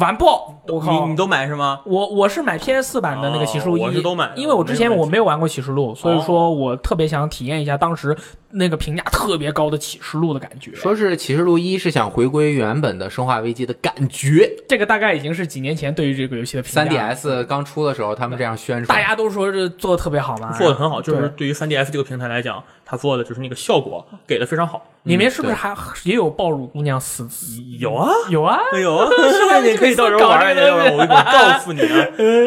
S2: 完爆！我靠
S3: 你你！都买是吗？
S2: 我我是买 PS 四版的那个启示录一、
S3: 哦我是都买的
S2: 因为我之前
S3: 没有
S2: 我
S3: 问题哦
S2: 没有玩过启示录，所以说我特别想体验一下当时那个评价特别高的启示录的感觉。
S1: 说是启示录一是想回归原本的生化危机的感觉。嗯
S2: 这个大概已经是几年前对于这个游戏的评价了。
S1: 3DS 刚出的时候，他们这样宣
S2: 大
S1: 传，
S2: 家都说这做的特别好嘛，
S3: 做的很好，就是
S2: 哎对
S3: 对于 3DS 这个平台来讲，它做的就是那个效果给的非常好。
S2: 里面是不是
S1: 嗯对
S2: 还也有暴乳姑娘死？
S3: 有啊，
S2: 有啊，
S3: 有 啊， 你可以到时候玩一下，要不然我我告诉你啊，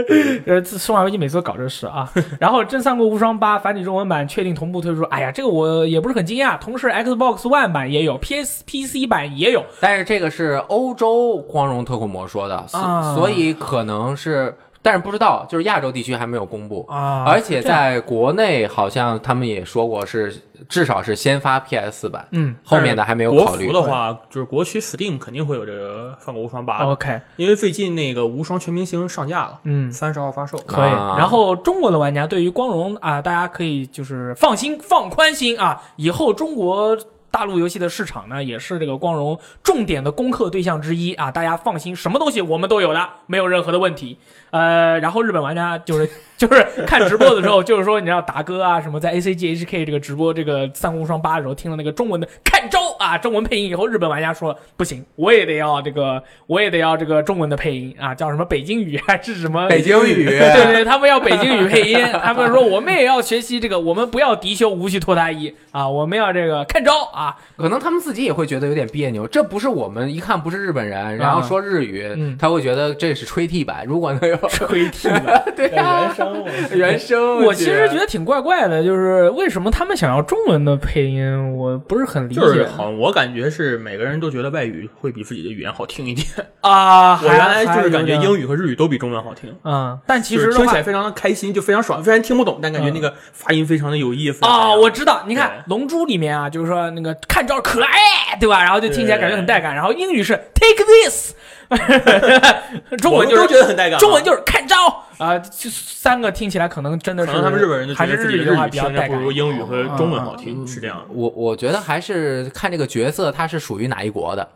S2: 呃，这生化危机每次都搞这事啊。然后《真三国无双八》繁体中文版确定同步推出，哎呀，这个我也不是很惊讶。同时，Xbox One 版也有，PS PC 版也有，
S1: 但是这个是欧洲光荣特库摩说的，所、
S2: 啊
S1: 所以可能是，但是不知道，就是亚洲地区还没有公布
S2: 啊
S1: 而且在国内好像他们也说过是，至少是先发 PS 版，
S2: 嗯，
S1: 后面的还没有
S3: 国
S1: 考虑
S3: 服。的话，就是国区 Steam 肯定会有这个《范国无双八》，
S2: OK，
S3: 因为最近那个《无双全明星》上架了，
S2: 哦嗯。
S3: 三十号发售。
S2: 可以，
S1: 啊
S2: 然后中国的玩家对于光荣啊，大家可以就是放心放宽心啊，以后中国大陆游戏的市场呢，也是这个光荣重点的攻克对象之一啊，大家放心，什么东西我们都有的，没有任何的问题。呃，然后日本玩家就是 就是看直播的时候，就是说你知道达哥啊什么在 ACGHK 这个直播这个《三国无双八》的时候，听了那个中文的看招啊，中文配音以后，日本玩家说不行，我也得要这个，我也得要这个中文的配音啊，叫什么北京语还是什么
S1: 北京语，
S2: 对 对，他们要北京语配音，他们说我们也要学习这个，我们不要敌修，无需脱大衣啊，我们要这个看招啊，
S1: 可能他们自己也会觉得有点别扭。这不是我们一看不是日本人，然后说日语，
S2: 嗯
S1: 他会觉得这是吹替版。如果能有
S2: 吹替了。
S1: 对呀、
S3: 声
S1: 原声，
S2: 我其实觉得挺怪怪的，就是为什么他们想要中文的配音，我不是很理解。
S3: 就是好，我感觉是每个人都觉得外语会比自己的语言好听一点。
S2: 啊，
S3: 我原来就是感觉
S2: 语
S3: 英语和日语都比中文好听，
S2: 嗯，但其实
S3: 就
S2: 的
S3: 是听起
S2: 话
S3: 来非常的开心，就非常爽。虽然听不懂，但感觉那个发音非常的有意思哎
S2: 啊、我知道，你看
S3: 对
S2: 《龙珠》里面啊，就是说那个看招可爱，对吧？然后就听起来感觉很带感。然后英语是 take this，中文就
S3: 我
S2: 是
S3: 都觉得很带感啊
S2: 中文就是看招啊、就三个听起来可能真的
S3: 可
S2: 是
S3: 能他们日本人就觉
S2: 还是
S3: 得自
S2: 日
S3: 己的
S2: 语的话
S3: 日语
S2: 比较
S3: 听
S2: 带
S3: 着不
S2: 感。
S3: 如英语和中文好
S1: 嗯
S3: 听，是这样的。
S1: 我我觉得还是看这个角色他是属于哪一国的。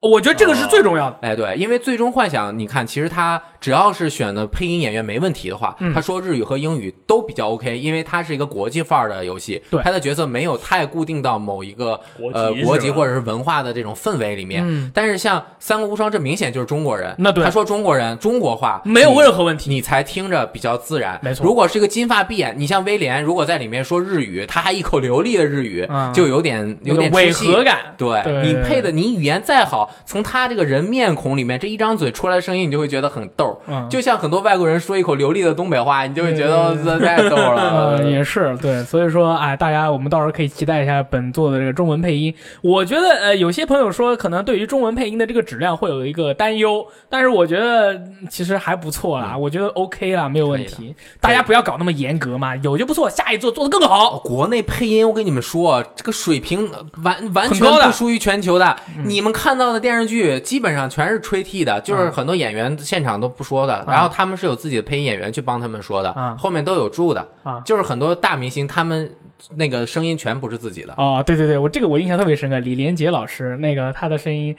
S2: 我觉得这个是最重要的。
S1: 哎，对，因为《最终幻想》，你看，其实他只要是选的配音演员没问题的话，
S2: 嗯
S1: 他说日语和英语都比较 OK，因为它是一个国际范儿的游戏
S2: 对，
S1: 他的角色没有太固定到某一个
S3: 国籍
S1: 呃
S3: 是吧
S1: 国籍或者是文化的这种氛围里面。
S2: 嗯
S1: 但是像《三国无双》，这明显就是中国人，
S2: 那对
S1: 他说中国人中国话
S2: 没有
S3: 嗯
S1: 你
S2: 任何问题
S1: 你才听着比较自然。
S2: 没错
S1: 如果是一个金发碧眼，你像威廉，如果在里面说日语，他还一口流利的日语
S2: 嗯，
S1: 就有点有点
S2: 那个违
S1: 出戏
S2: 和感
S1: 对
S2: 对
S1: 你配的，你语言再好，从他这个人面孔里面这一张嘴出来的声音，你就会觉得很逗。
S2: 嗯
S1: 就像很多外国人说一口流利的东北话，你就会觉得
S2: 嗯
S1: 这太逗了
S2: 呃，。
S1: 嗯
S2: 也是对，所以说，哎，大家我们到时候可以期待一下本作的这个中文配音。我觉得，呃，有些朋友说可能对于中文配音的这个质量会有一个担忧，但是我觉得嗯其实还不错啦，我觉得 OK 啦，没有问
S1: 可
S2: 题。大家不要搞那么严格嘛，有就不错，下一座做得更
S1: 哦
S2: 好。
S1: 国内配音，我跟你们说，这个水平呃完完
S2: 很
S1: 全
S2: 高的嗯
S1: 不输于全球的。你们看到的电视剧基本上全是吹替的，就是很多演员现场都不说的，
S2: 嗯
S1: 然后他们是有自己的配音演员去帮他们说的，
S2: 啊
S1: 后面都有注的。
S2: 啊
S1: 就是很多大明星他们那个声音全不是自己的。
S2: 哦，对对对，我这个我印象特别深刻，李连杰老师那个他的声音。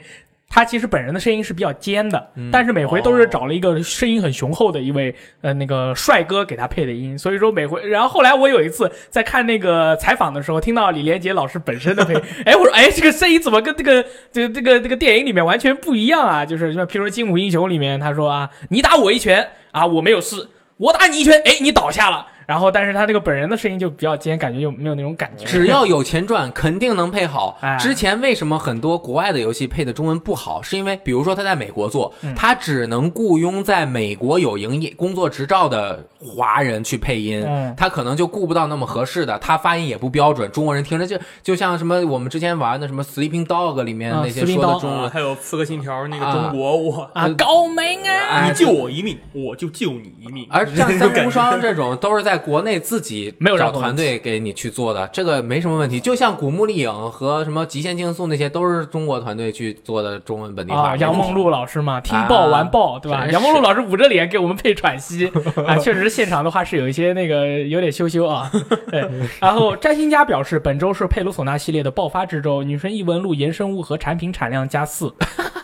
S2: 他其实本人的声音是比较尖的，但是每回都是找了一个声音很雄厚的一位呃那个帅哥给他配的音，所以说每回，然后后来我有一次在看那个采访的时候，听到李连杰老师本身的配， 哎，我说哎这个声音怎么跟这个这个这个这个电影里面完全不一样啊？就是像譬如说《精武英雄》里面他说啊，你打我一拳啊我没有事，我打你一拳，哎你倒下了，然后但是他这个本人的声音就比较尖，感觉就没有那种感觉。
S1: 只要有钱赚，肯定能配好
S2: 哎。
S1: 之前为什么很多国外的游戏配的中文不好，是因为比如说他在美国做，
S2: 嗯
S1: 他只能雇佣在美国有营业工作执照的华人去配音
S2: 嗯，
S1: 他可能就雇不到那么合适的，他发音也不标准，中国人听着就就像什么我们之前玩的什么《Sleeping Dog》里面
S2: 啊
S1: 那些
S2: Sleeping
S1: 说的
S2: Dog
S1: 中
S3: 啊
S1: 文。
S3: 还有《刺客信条》那个
S1: 啊
S3: 中国，我
S2: 啊，高明啊！
S1: 哎
S3: 你救我一命，我就救你一命。
S1: 而像《三国无双》这种都是在国内自己
S2: 没有
S1: 找
S2: 任何问
S1: 团队给你去做的，这个没什么问题。就像古墓丽影和什么极限竞速那些，都是中国团队去做的中文本地化。
S2: 啊，杨梦
S1: 露，
S2: 露老师嘛，听报完报，对吧？
S1: 真是
S2: 杨梦露老师捂着脸给我们配喘息啊，确实现场的话是有一些那个有点羞羞啊。对，然后占星家表示，本周是佩鲁索纳系列的爆发之周，女神异闻录延伸物和产品产量加四。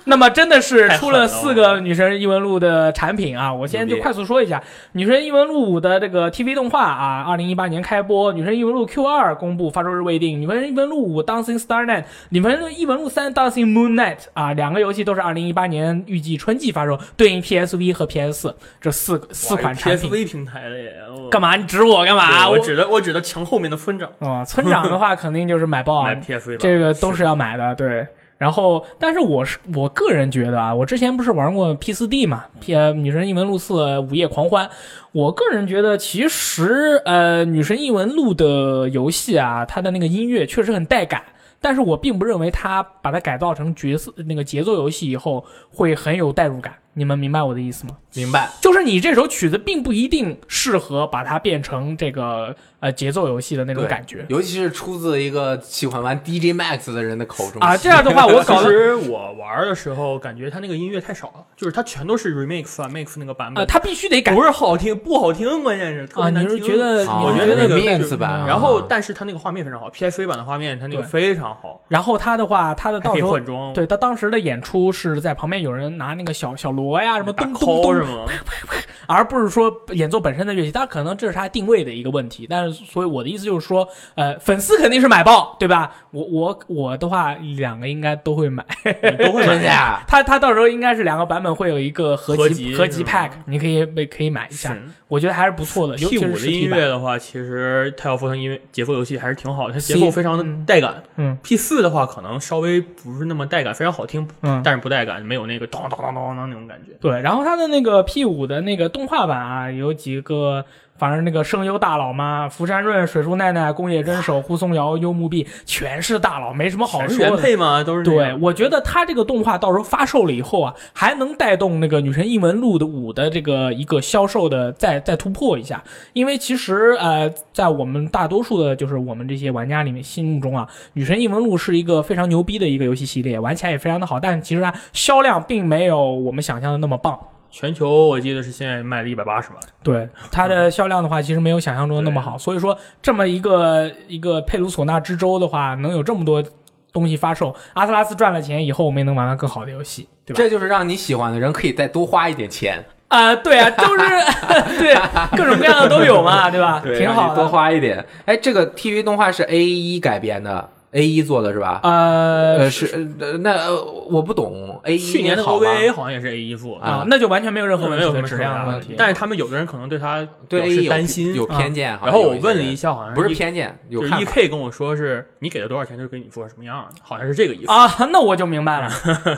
S2: 那么真的是出了四个女神异闻录的产品啊！我先就快速说一下，女神异闻录五的这个 TV 动画啊，二零一八年开播，女神异闻录 Q 二公布发售日未定，女神异闻录五 Dancing Star Night，女神异闻录三 Dancing Moon Night 啊，两个游戏都是二零一八年预计春季发售，对应 PSV 和 PS 四这四个四款产品。
S3: PSV 平台的耶，我
S2: 干嘛？你指我干嘛？我
S3: 对我指的我指的墙后面的村长
S2: 啊、村长的话肯定就是买爆啊，
S3: 买 PSV 吧，
S2: 这个 都是要买的，对。然后，但是我是我个人觉得啊，我之前不是玩过 P 四 D 嘛，P 呃女神异闻录四呃午夜狂欢，我个人觉得其实呃女神异闻录的游戏啊，它的那个音乐确实很带感，但是我并不认为它把它改造成角色那个节奏游戏以后会很有代入感，你们明白我的意思吗？
S1: 明白？
S2: 就是你这首曲子并不一定适合把它变成这个呃节奏游戏的那种
S1: 对
S2: 感觉
S1: 尤其是出自一个喜欢玩 DJ Max 的人的口中
S2: 啊，这样的话我搞
S3: 其
S2: 得
S3: 实我玩的时候感觉它那个音乐太少了，就是它全都是 remix 啊 mix 那个版
S2: 呃，
S3: 本，
S2: 它必须得改
S3: 不是好听不好听，关键是特
S2: 啊，
S3: 别
S2: 你
S3: 难
S2: 是
S3: 听。
S2: 觉得
S1: 好
S2: 你
S3: 我
S2: 是
S3: 觉
S2: 觉
S3: 得那个
S1: 面版，
S3: 然后，但是它那个画面非常好，PSV 版的画面它那个
S2: 啊对
S3: 非常好，
S2: 然后他的话，他的
S3: 还
S2: 到
S3: 可以
S2: 时候
S3: 换装，
S2: 对他当时的演出是在旁边有人拿那个小小锣呀什么
S3: 嗯打
S2: 咚咚
S3: call 是
S2: 咚，
S3: 吗？
S2: 而不是说演奏本身的乐器。当然，可能这是他定位的一个问题。但是，所以我的意思就是说，呃，粉丝肯定是买爆，对吧？我我我的话，两个应该都会买。
S3: 你都会
S1: 真
S3: 买
S1: 的呀？
S2: 他他到时候应该是两个版本会有一个合
S3: 合
S2: 集
S3: 集
S2: 合集
S3: 是吗
S2: pack，你可以可以买一下
S3: 是。
S2: 我觉得还是不错的，尤
S3: T
S2: 其
S3: 五
S2: 是
S3: 的
S2: 实体
S3: 音乐
S2: 版。
S3: 的话，其实太阳福腾音乐节奏游戏还是挺好的，它节
S1: C-
S3: 奏非常的带感。
S2: 嗯
S3: P 四的话可能稍微不是那么带感，非常好听，
S2: 嗯，
S3: 但是不带感，没有那个咚咚咚咚咚那种感觉。
S2: 对，然后它的那个 P 五的那个动画版啊，有几个，反正那个声优大佬嘛，福山润、水树奈奈、宫野真守、护松遥、幽木碧，全是大佬，没什么好
S3: 全是
S2: 说
S3: 原
S2: 的。
S3: 配嘛，都是那
S2: 对，
S3: 样
S2: 我觉得它这个动画到时候发售了以后啊，还能带动那个《女神异闻录》的五的这个一个销售的再再突破一下，因为其实呃，在我们大多数的就是我们这些玩家里面心目中啊，《女神异闻录》是一个非常牛逼的一个游戏系列，玩起来也非常的好，但其实它销量并没有我们想象的那么棒。
S3: 全球我记得是现在卖了一百八十万，
S2: 对它的销量的话，其实没有想象中的那么好。所以说，这么一个一个佩鲁索纳之州的话，能有这么多东西发售，阿特拉斯赚了钱以后，我们也能玩到更好的游戏，对吧？
S1: 这就是让你喜欢的人可以再多花一点钱，
S2: 啊、对啊，就是 对各种各样的都有嘛，对吧？挺
S1: 让
S2: 好
S1: 你多
S2: 的。
S1: 花一点。哎，这个 TV 动画是 A 一改编的，A 一做的是吧？
S2: 呃
S1: 呃，是呃，那呃我不懂 A 一
S3: 去年的
S1: 好吗
S3: OVA 好像也是 A 一付，
S1: 啊
S2: 啊，那就完全没有任何问
S3: 没
S2: 题
S3: 有什
S2: 的
S3: 么
S2: 质
S3: 质
S2: 量
S3: 量
S2: 的
S3: 问
S2: 问
S3: 题
S2: 题。。
S3: 但是他们有的人可能对他
S1: 对 A
S3: 表
S1: 一
S3: 示担心。
S1: 有偏
S2: 啊
S1: 见，好
S3: 然
S1: 像
S3: 后
S1: 有
S3: 我问了
S1: 些
S3: 一
S1: 人，
S3: 下，好像
S1: 不是
S3: 一
S1: 偏见，有
S3: 就是
S1: 看
S3: E
S1: 法
S3: K 跟我说是你给了多少钱就给你做什么样儿，好像是这个意思。
S2: 啊，那我就明白 了。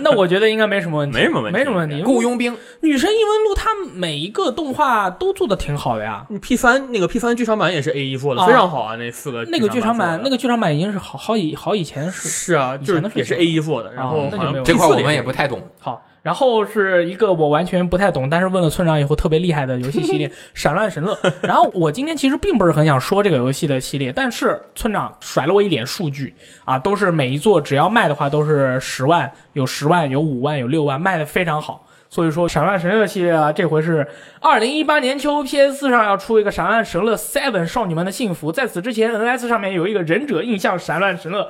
S2: 那我觉得应该没什么问题，
S3: 没什么问题
S2: 没什么问题。
S1: 雇佣兵
S2: 女神异闻录，它每一个动画都做的挺好的呀。
S3: 嗯 P 三那个 P 三剧场版也是 A 一做的，
S2: 啊
S3: 非常好啊，那四个
S2: 那个剧场版，那
S3: 个
S2: 个剧场版已经是好好以好以前是
S3: 是啊，
S2: 以
S3: 就
S2: 前的
S3: 是也
S2: 事
S3: 是
S2: 情
S3: A 一做的，然
S1: 哦
S3: 后
S2: 那
S3: 好
S2: 就没有
S3: 像
S1: 这块
S3: P4
S1: 我们也
S3: 是
S1: 不太懂。
S2: 好，然后是一个我完全不太懂，但是问了村长以后特别厉害的游戏系 列《闪乱神乐》。然后我今天其实并不是很想说这个游戏的系列，但是村长甩了我一脸数据啊，都是每一座只要卖的话都是十万，有十万，有五万，有六万，卖的非常好。所以说，《闪乱神乐》系列啊，这回是二零一八年秋 PS 上要出一个《闪乱神乐 Seven 少女们的幸福》。在此之前，NS 上面有一个《忍者印象闪乱神乐》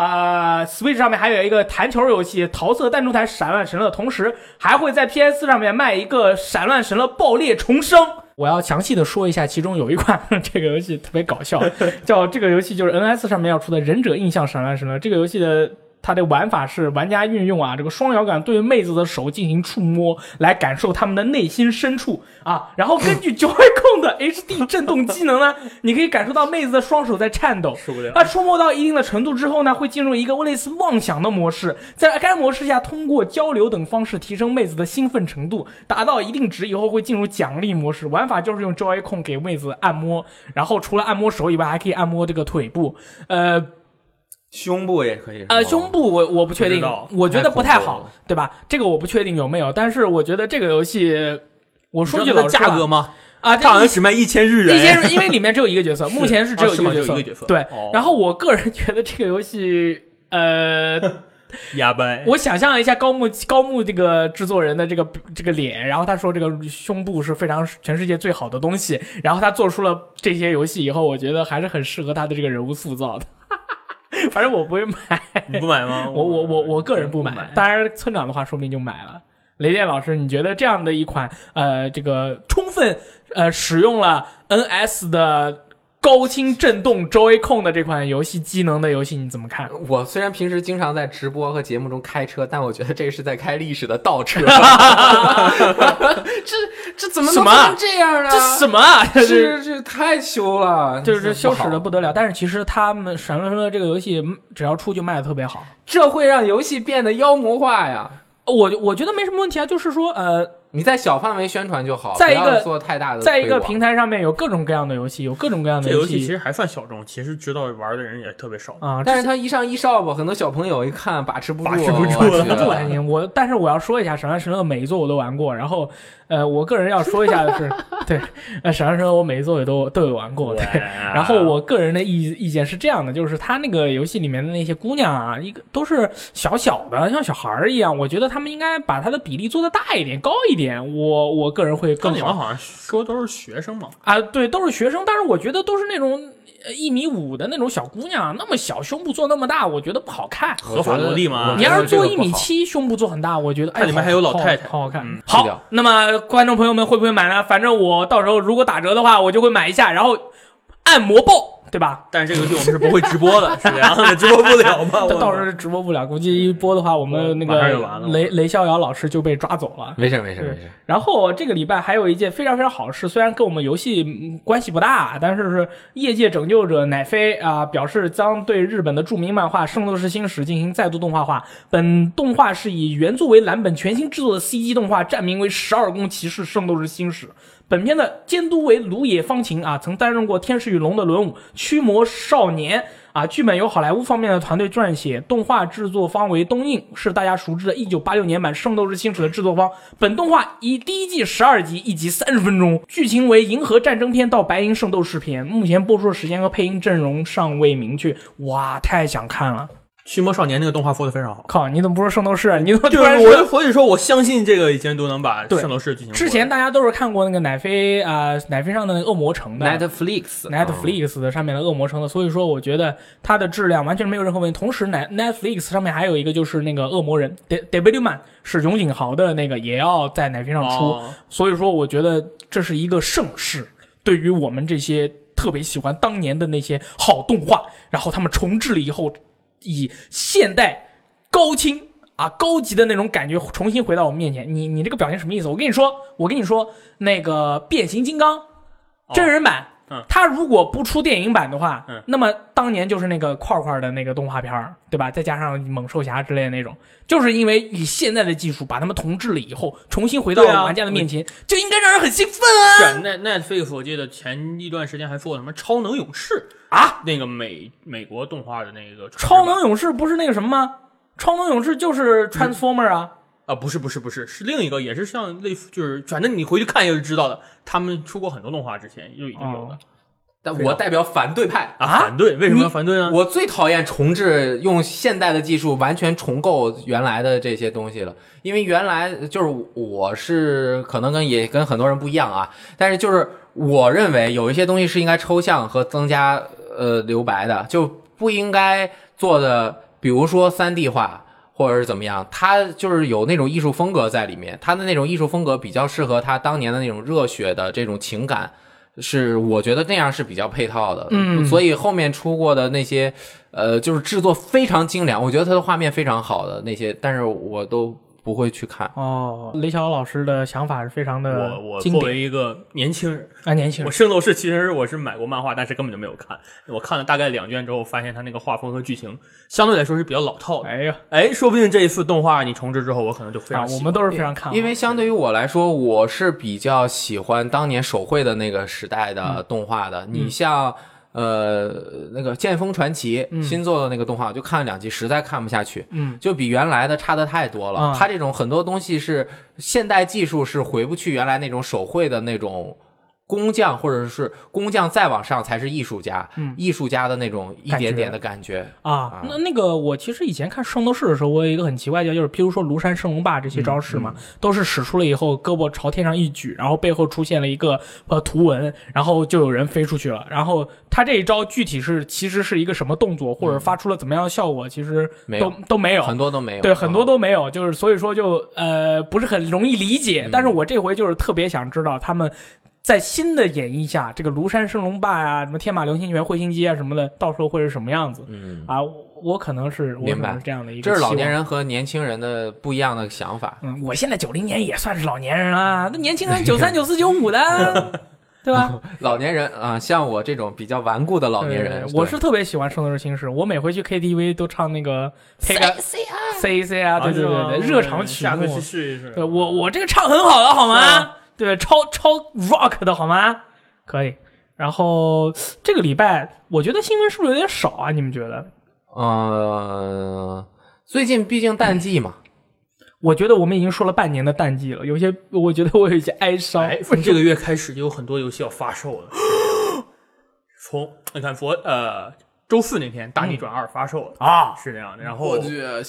S2: 啊、s w i t c h 上面还有一个弹球游戏《桃色弹珠台闪乱神乐》，同时还会在 PS 上面卖一个《闪乱神乐爆裂重生》。我要详细的说一下，其中有一款 这个游戏特别搞笑，叫这个游戏就是 NS 上面要出的《忍者印象闪乱神乐》。这个游戏的它的玩法是玩家运用啊这个双摇杆对妹子的手进行触摸，来感受她们的内心深处啊。然后根据 Joy-Con 的 HD 震动机能呢，你可以感受到妹子的双手在颤抖。
S3: 受不了。
S2: 那触摸到一定的程度之后呢，会进入一个类似妄想的模式，在该模式下通过交流等方式提升妹子的兴奋程度，达到一定值以后会进入奖励模式。玩法就是用 Joy-Con 给妹子按摩，然后除了按摩手以外，还可以按摩这个腿部，呃，
S1: 胸部也可以
S2: 呃，胸部我我不确定
S3: 哦不知道，
S2: 我觉得不太
S1: 太恐怖
S2: 好，对吧？这个我不确定有没有，但是我觉得这个游戏，我说句
S3: 你知道
S2: 老
S3: 它
S2: 实话
S3: 价格吗？
S2: 啊，
S3: 它好
S2: 这
S3: 像只卖一千日
S2: 一
S3: 元，
S2: 些因为里面只有一个角色，目前是只有
S3: 啊是吗
S2: 一
S3: 只有
S2: 个
S3: 一个角色
S2: 对
S3: 哦，
S2: 然后我个人觉得这个游戏，呃，
S3: 哑巴。
S2: 我想象了一下高木高木这个制作人的这个这个脸，然后他说这个胸部是非常全世界最好的东西，然后他做出了这些游戏以后，我觉得还是很适合他的这个人物塑造的。 反正我不会买，
S3: 你不买吗？嗯
S2: 我我我我个人不
S3: 不
S2: 买
S3: 买。
S2: 当然，村长的话说不定就买了。雷电老师，你觉得这样的一款呃，这个充分呃使用了 NS 的高清震动 Joy-Con 的这款游戏机能的游戏，你怎么看？
S1: 我虽然平时经常在直播和节目中开车，但我觉得这是在开历史的倒车。这这怎么
S2: 什
S1: 能
S2: 么
S1: 能这样呢？
S2: 这什么啊？这是
S1: 这这太羞了，
S2: 就是
S1: 这
S2: 羞
S1: 不好
S2: 耻的不得了。但是其实他们《闪亮什么》这个游戏，嗯只要出就卖的特别好。
S1: 这会让游戏变得妖魔化呀！
S2: 我我觉得没什么问题啊，就是说，呃，
S1: 你在小范围宣传就好，
S2: 在一个
S1: 不要做太大的推广，
S2: 在一个平台上面有各种各样的游戏，有各种各样的
S3: 这游戏其
S2: 戏
S3: 实还算小众，其实知道玩的人也特别少。
S2: 啊。
S1: 但是它一上 eShop，很多小朋友一看把持不住，哦
S3: 把持不住
S1: 我去
S2: 啊这不 玩意我但是我要说一下，《闪亮神乐》每一座我都玩过。然后，呃，我个人要说一下的是，对，呃，《闪亮神乐》我每一座也都都有玩过。对，然后我个人的意意见是这样的，就是他那个游戏里面的那些姑娘啊，一个都是小小的，像小孩儿一样。我觉得他们应该把他的比例做得大一点、高一点。我我个人会
S3: 刚
S2: 更
S3: 你们啊
S2: 好
S3: 好像说都是学生嘛，
S2: 啊，对，都是学生，但是我觉得都是那种呃一米五的那种小姑娘，那么小胸部做那么大，我觉得不好看。
S1: 我觉得
S3: 合法萝莉嘛
S1: 我
S2: 你
S1: 觉得
S2: 要是做
S1: 这
S2: 一
S1: 个不
S2: 米
S1: 好
S2: 七，胸部做很大，我觉得哎，
S3: 它里面
S2: 好
S3: 还有老
S2: 好
S3: 太太
S2: 好好看。
S3: 嗯
S1: 是的
S2: 好，那么观众朋友们会不会买呢？反正我到时候如果打折的话，我就会买一下，然后按摩爆，对吧？
S3: 但是这个游戏我们是不会直 播的，是这样的，直播不了嘛。
S2: 到
S3: 我
S2: 到时候直播不了，估计一播的话，我们那
S3: 马上就
S2: 个
S3: 完了
S2: 雷雷逍遥老师就被抓走了。
S1: 没事没事
S2: 对
S1: 没事，
S2: 然后这个礼拜还有一件非常非常好的事，虽然跟我们游戏嗯关系不大，但是是业界拯救者乃飞啊、表示将对日本的著名漫画《圣斗士星矢》进行再度动画化。本动画是以原作为蓝本全新制作的 CG 动画，站名为《十二宫骑士圣斗士星矢》。本片的监督为芦野芳晴啊，曾担任过《天使与龙的轮舞》《驱魔少年》啊，剧本由好莱坞方面的团队撰写，动画制作方为东映，是大家熟知的1986年版《圣斗士星矢》的制作方。本动画以第一季12集，一集30分钟，剧情为银河战争篇到白银圣斗士篇，目前播出的时间和配音阵容尚未明确。哇，太想看了！
S3: 驱魔少年那个动画做的非常好，
S2: 靠，你怎么不说圣斗士？啊你怎么突
S3: 就是
S2: 然说
S3: 我，所以说我相信这个以前都能把
S2: 对
S3: 圣斗士剧情
S2: 之前大家都是看过那个奶飞啊、奶飞上的那个恶魔城的
S1: Netflix
S2: 嗯
S1: 嗯
S2: Netflix 的上面的恶魔城的，所以说我觉得它的质量完全没有任何问题。同时，Net Netflix 上面还有一个就是那个恶魔人 De Devilman 是永井豪的那个，也要在奶飞上出。嗯
S3: 哦
S2: 所以说，我觉得这是一个盛世，对于我们这些特别喜欢当年的那些好动画，然后他们重置了以后，以现代高清啊高级的那种感觉重新回到我们面前。你你这个表情什么意思？我跟你说，我跟你说，那个变形金刚真人版。
S3: 哦嗯
S2: 它如果不出电影版的话，
S3: 嗯
S2: 那么当年就是那个块块的那个动画片儿，对吧？再加上猛兽侠之类的那种，就是因为以现在的技术把他们重置了以后，重新回到
S3: 对啊
S2: 玩家的面前，就应该让人很兴奋啊
S3: 是啊奈奈飞我记得前一段时间还做什么超能勇士
S2: 啊！啊，
S3: 那个美美国动画的那个
S2: 超能勇士不是那个什么吗？超能勇士就是 Transformer 啊，
S3: 啊，不是不是不是，是另一个，也是像类似，就是反正你回去看也就知道了。他们出过很多动画，之前就已经有
S2: 哦
S3: 了、
S1: 嗯但我代表反对派，
S3: 啊。反对，为什么要反对呢？
S1: 我最讨厌重置用现代的技术完全重构原来的这些东西了，因为原来就是我是可能跟也跟很多人不一样啊，但是就是我认为有一些东西是应该抽象和增加呃留白的，就不应该做的，比如说三 D 化。或者是怎么样，它就是有那种艺术风格在里面，它的那种艺术风格比较适合他当年的那种热血的这种情感，是我觉得那样是比较配套的，
S2: 嗯
S1: 所以后面出过的那些，呃，就是制作非常精良，我觉得它的画面非常好的那些，但是我都不会去看。
S2: 哦，雷晓老师的想法是非常的
S3: 我我
S2: 呃经
S3: 作
S2: 典
S3: 为一个年轻人，
S2: 啊，年轻
S3: 我
S2: 人
S3: 圣斗士其实我是买过漫画，但是根本就没有看。我看了大概两卷之后，发现它那个画风和剧情相对来说是比较老套的。
S2: 哎呀
S3: 哎，说不定这一次动画你重置之后，我可能就非
S2: 啊
S3: 常，喜
S2: 我
S3: 欢。
S2: 们都是非常看好，
S1: 因为相对于我来说，我是比较喜欢当年手绘的那个时代的
S2: 嗯
S1: 动画的。你像呃那个《剑锋传奇》新做的那个动画，我就看了两集，实在看不下去，
S2: 嗯，
S1: 就比原来的差的太多了
S2: 啊。
S1: 它这种很多东西是现代技术是回不去原来那种手绘的那种。工匠或者是工匠再往上才是艺术家，
S2: 嗯
S1: 艺术家的那种一
S2: 感
S1: 点
S2: 觉
S1: 点的感觉。
S2: 啊
S1: 啊，
S2: 那那个我其实以前看《圣斗士》的时候，我有一个很奇怪的，就是譬如说庐山升龙霸这些招式嘛，都是使出了以后，胳膊朝天上一举，然后背后出现了一个呃图文，然后就有人飞出去了。然后他这一招具体是其实是一个什么动作，或
S3: 嗯
S2: 者发出了怎么样的效果，其实
S1: 没
S2: 都
S1: 有
S2: 都没有。
S1: 很多都没有，哦嗯
S2: 对，很多
S1: 都
S2: 都没有，就是所以说就呃不是很容易理
S1: 嗯
S2: 解。但是我这回就是特别想知道他们在新的演绎下，这个庐山升龙霸呀、什么天马流星拳、彗星机啊什么的，到时候会是什么样子？
S1: 嗯，
S2: 啊，我我可能是我可
S1: 明白
S2: 能是这样的一个，
S1: 这是老年。人和年轻人的不一样的想法。
S2: 嗯，我现在九零年也算是老年人了，那年轻人九三、 九四、九五的，对吧？
S1: 老年人啊、像我这种比较顽固的 老年人
S2: 对，我
S1: 对
S2: 是特别喜欢《圣斗士星矢》，我每回去 KTV 都唱那个 C C C 啊，对对
S1: 哦
S2: 对对，热场曲
S3: 下课
S2: 目
S3: 去。试一试。
S2: 对我我这个唱很好的好
S3: 是
S2: 吗
S3: 吧？
S2: 对，超超 rock 的好吗？可以。然后这个礼拜，我觉得新闻是不是有点少啊？你们觉得？
S1: 呃，最近毕竟淡季
S3: 嗯
S1: 嘛，
S2: 我觉得我们已经说了半年的淡季了，有些我觉得我有一些哀伤。
S3: 哎，从这个月开始有很多游戏要发 售了。从你看佛呃周四那天《大逆转二》发售了、
S2: 啊，
S3: 是这样的。然后
S1: 去
S3: 有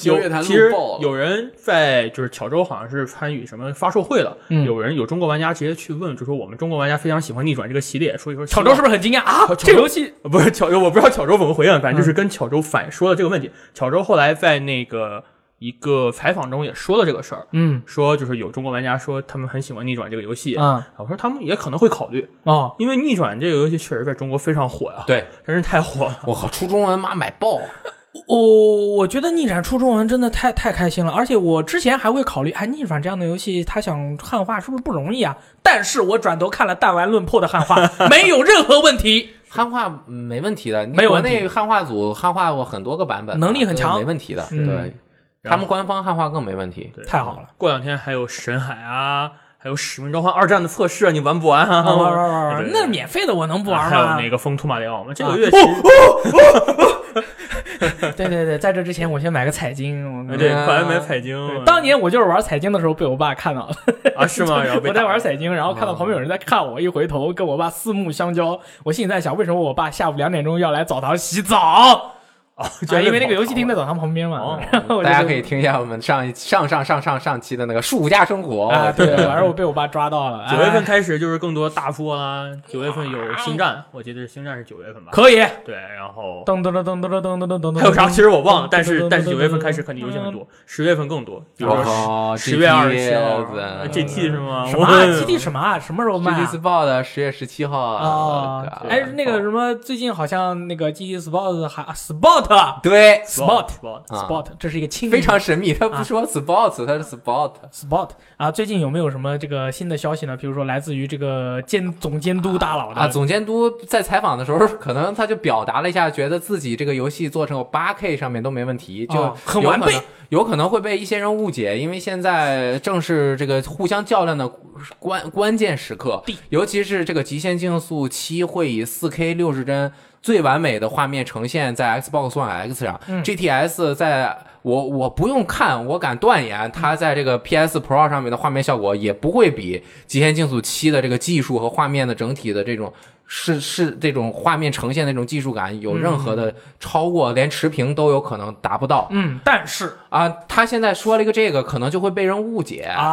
S3: 其实有人在就是巧周好像是参与什么发售会了，
S2: 嗯
S3: 有人有中国玩家直接去问，就说我们中国玩家非常喜欢逆转这个系列，所以说
S2: 巧周是不是很惊讶啊？
S3: 巧周
S2: 这游戏
S3: 呃不是巧周，我不知道巧周怎么回应，反
S2: 嗯
S3: 正就是跟巧周反说了这个问题。巧周后来在那个一个采访中也说了这个事儿，
S2: 嗯
S3: 说就是有中国玩家说他们很喜欢逆转这个游戏，
S2: 啊
S3: 我说他们也可能会考虑，
S2: 哦，
S3: 因为逆转这个游戏确实在中国非常火呀、，啊
S1: 对，
S3: 真是太火了。
S1: 我靠，初中文妈买爆，
S2: 我、我觉得逆转出中文真的太太开心了，而且我之前还会考虑，哎，逆转这样的游戏，它想汉化是不是不容易啊？但是我转头看了弹丸论破的汉 化，没有任何问题，
S1: 汉化嗯没问题的，
S2: 没有
S1: 国
S2: 问题
S1: 内汉化组汉化过很多个版本，
S2: 能力很
S1: 这个
S2: 强
S1: 没问题的，
S2: 嗯
S1: 对。他们官方汉化更没问题，
S3: 对
S2: 太好了。
S3: 过两天还有神海啊，还有使命召唤二战的测试啊，你玩不玩
S1: 嗯
S3: 啊？
S2: 啊玩玩玩玩
S3: 对，
S2: 那免费的我能不玩
S3: 还有
S2: 吗？
S3: 那个风兔马里奥嘛，这
S2: 啊
S3: 个月其实、
S2: 对对对，在这之前我先买个彩金。我
S3: 哎对，
S1: 嗯
S3: 反正买彩晶
S2: 对当年我就是玩彩金的时候被我爸看到了，
S3: 啊是 吗？然后被
S2: 我在
S3: 打啊
S2: 玩彩金，然后看到旁边有人在看我，一回头跟我爸四目相交，我心里在想，为什么我爸下午两点钟要来澡堂洗澡？
S3: 哦，居
S2: 啊，
S3: 然被
S2: 因为那个
S3: 跑
S2: 游戏
S3: 了
S2: 厅在澡堂旁边嘛
S3: 哦。
S2: 然 后我就
S1: 大家可以听一下我们上一上上上上上期的那个暑假生活
S2: 啊，对，反正我被我爸抓到了。
S3: 九月份
S2: 哎
S3: 开始就是更多大作啦，九月份有星战，我记得是星战是九月份吧？
S2: 可以，
S3: 对，然后
S2: 噔噔噔噔噔噔噔噔噔噔，
S3: 还有啥？其实我忘了，但
S2: 噔噔
S3: 是
S2: 噔
S3: 但是
S2: 噔
S3: 九月份开始肯定游戏很多，十月份更多，比如说
S1: 哦，
S3: 十月二十七
S1: GT
S2: 啊
S3: 号
S1: 子
S3: GT 是吗？
S2: 什么啊
S3: 我
S2: GT 什么啊？什么时候卖
S1: GT
S2: 啊？
S1: Sport 的十月十七号
S2: 啊，
S1: 对
S2: 哎，那个什么，最近好像那个 GT Sport 还 Sport
S1: 对
S2: Sport
S3: Spot
S2: Sport，这是一个亲
S1: 啊非常神秘，他
S2: 啊
S1: 不说 Sport，他是 Sport。
S2: Sport 啊。最近有没有什么这个新的消息呢？比如说来自于这个监总监督大佬的
S1: 啊，总监督在采访的时候， 可能他就表达了一下，觉得自己这个游戏做成八 K 上面都没问题，就、
S2: 啊很完备，
S1: 有可能会被一些人误解，因为现在正是这个互相较量的关关键时刻
S2: 地，
S1: 尤其是这个《极限竞速七》会以四 K 六十帧最完美的画面呈现在 Xbox One X 上、
S2: 嗯
S1: g t s 在。我我不用看，我敢
S2: 嗯
S1: 断言，它在这个 PS Pro 上面的画面效果也不会比《极限竞速七》的这个技术和画面的整体的这种是是这种画面呈现的这种技术感有任何的超过，连持平都有可能达不到。
S2: 嗯，但是
S1: 啊，他现在说了一个这个，可能就会被人误解
S2: 啊，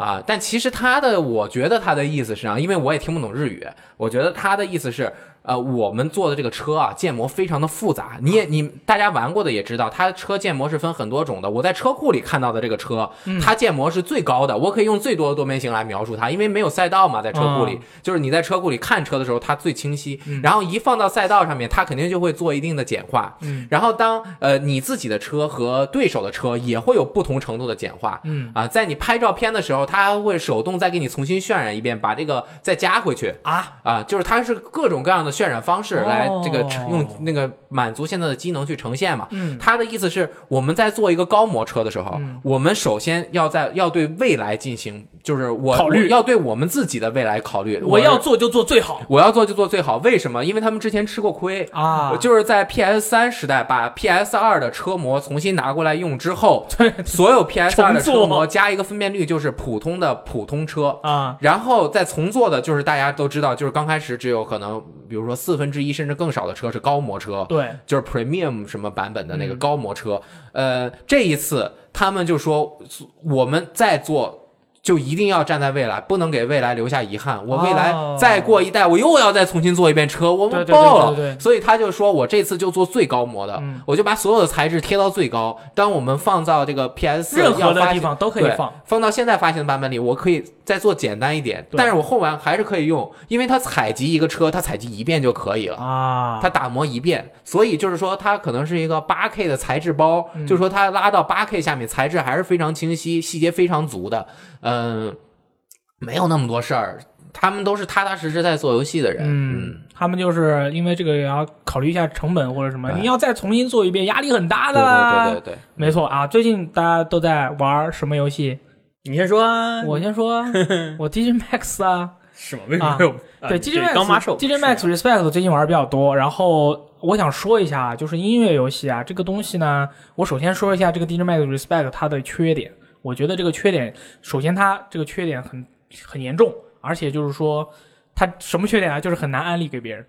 S1: 啊但其实他的，我觉得他的意思是啊，因为我也听不懂日语，我觉得他的意思是，呃，我们做的这个车啊，建模非常的复杂。你也你大家玩过的也知道，它车建模是分很多种的。我在车库里看到的这个车，
S2: 嗯
S1: 它建模是最高的，我可以用最多的多边形来描述它，因为没有赛道嘛，在车库里，
S2: 啊
S1: 就是你在车库里看车的时候，它最清晰。
S2: 嗯
S1: 然后一放到赛道上面，它肯定就会做一定的简化。
S2: 嗯
S1: 然后当呃你自己的车和对手的车也会有不同程度的简化。
S2: 嗯
S1: 啊，在你拍照片的时候，它会手动再给你重新渲染一遍，把这个再加回去。
S2: 啊，
S1: 啊，就是它是各种各样的渲染方式来这个呈、
S2: 哦
S1: 用那个满足现在的机能去呈现嘛。
S2: 嗯
S1: 他的意思是，我们在做一个高模车的时候，我们首先要在要对未来进行，就是我
S2: 考虑
S1: 我要对我们自己的未来考虑。
S2: 我要
S1: 是
S2: 做就做最好，
S1: 我要做就做最好。为什么？因为他们之前吃过亏。
S2: 啊，
S1: 就是在 PS 三时代把 PS 二的车模重新拿过来用之 后，所有 PS 二的
S2: 重做
S1: 车模加一个分辨率就是普通的普通车，
S2: 啊，
S1: 然后再重做的就是大家都知道，就是刚开始只有可能，比如说四分之一甚至更少的车是高模车，
S2: 对，
S1: 就是 premium 什么版本的那
S2: 嗯
S1: 个高模车。呃，这一次他们就说我们再做。就一定要站在未来，不能给未来留下遗憾。我未来
S2: 哦
S1: 再过一代，我又要再重新做一遍车，我
S2: 对
S1: 们
S2: 对对
S1: 爆了。
S2: 对对对
S1: 所以他就说我这次就做最高模的，
S2: 嗯
S1: 我就把所有的材质贴到最高。当我们放到这个 PS
S2: 任何的地
S1: 方。
S2: 方都可以
S1: 对
S2: 放，
S1: 放到现在发行的版本里，我可以再做简单一点，
S2: 对
S1: 但是我后完还是可以用，因为它采集一个车，它采集一遍就可以了。
S2: 啊
S1: 它打磨一遍，所以就是说，它可能是一个八 K 的材质包，就是说它拉到八 K 下面，材质还是非常清晰，细节非常足的。嗯，没有那么多事儿，他们都是踏踏实实在做游戏的人。
S2: 嗯，他们就是因为这个也要考虑一下成本或者什么，
S1: 哎
S2: 你要再重新做一遍，压力很大的
S1: 嗯，对
S2: 啦。
S1: 对对对对，
S2: 没错啊，最近大家都在玩什么游戏？
S3: 你先说啊，
S2: 我先说啊，我 DJ Max 啊，
S3: 是吗？为什么没有？啊
S2: 对
S3: 你
S2: DJ
S3: 刚马手
S2: Max，DJ Max Respect 我最近玩的比较多，然后我想说一下，就是音乐游戏啊，这个东西呢，我首先说一下这个 DJ Max Respect 它的缺点，我觉得这个缺点，首先它这个缺点很很严重，而且就是说它什么缺点啊，就是很难安利给别人。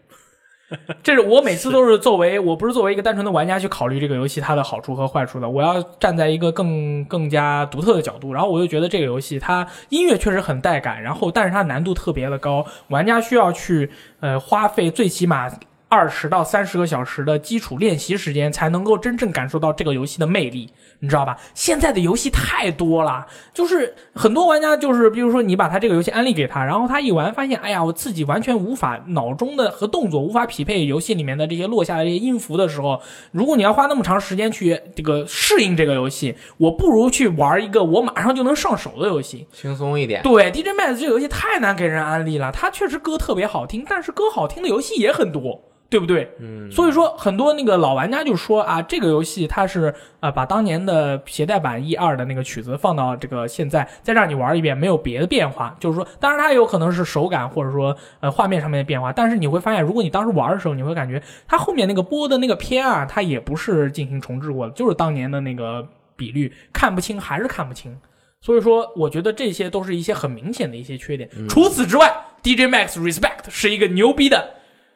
S2: 这是我每次都是作为我不是作为一个单纯的玩家去考虑这个游戏它的好处和坏处的，我要站在一个更更加独特的角度。然后我就觉得这个游戏它音乐确实很带感，然后但是它难度特别的高，玩家需要去呃花费最起码。二十到三十个小时的基础练习时间，才能够真正感受到这个游戏的魅力，你知道吧？现在的游戏太多了，就是很多玩家就是，比如说你把他这个游戏安利给他，然后他一玩发现，哎呀，我自己完全无法脑中的和动作无法匹配游戏里面的这些落下的这些音符的时候，如果你要花那么长时间去这个适应这个游戏，我不如去玩一个我马上就能上手的游戏。
S1: 轻松一点。
S2: 对，DJ Max 这个游戏太难给人安利了，它确实歌特别好听，但是歌好听的游戏也很多，对不对？嗯，所以说很多那个老玩家就说啊，这个游戏它是呃把当年的携带版一二的那个曲子放到这个现在，再让你玩一遍，没有别的变化，就是说，当然它也有可能是手感或者说呃画面上面的变化，但是你会发现，如果你当时玩的时候，你会感觉它后面那个播的那个片啊，它也不是进行重置过的，就是当年的那个比率看不清，还是看不清。所以说，我觉得这些都是一些很明显的一些缺点。
S3: 嗯
S2: 除此之外，DJ Max Respect 是一个牛逼的、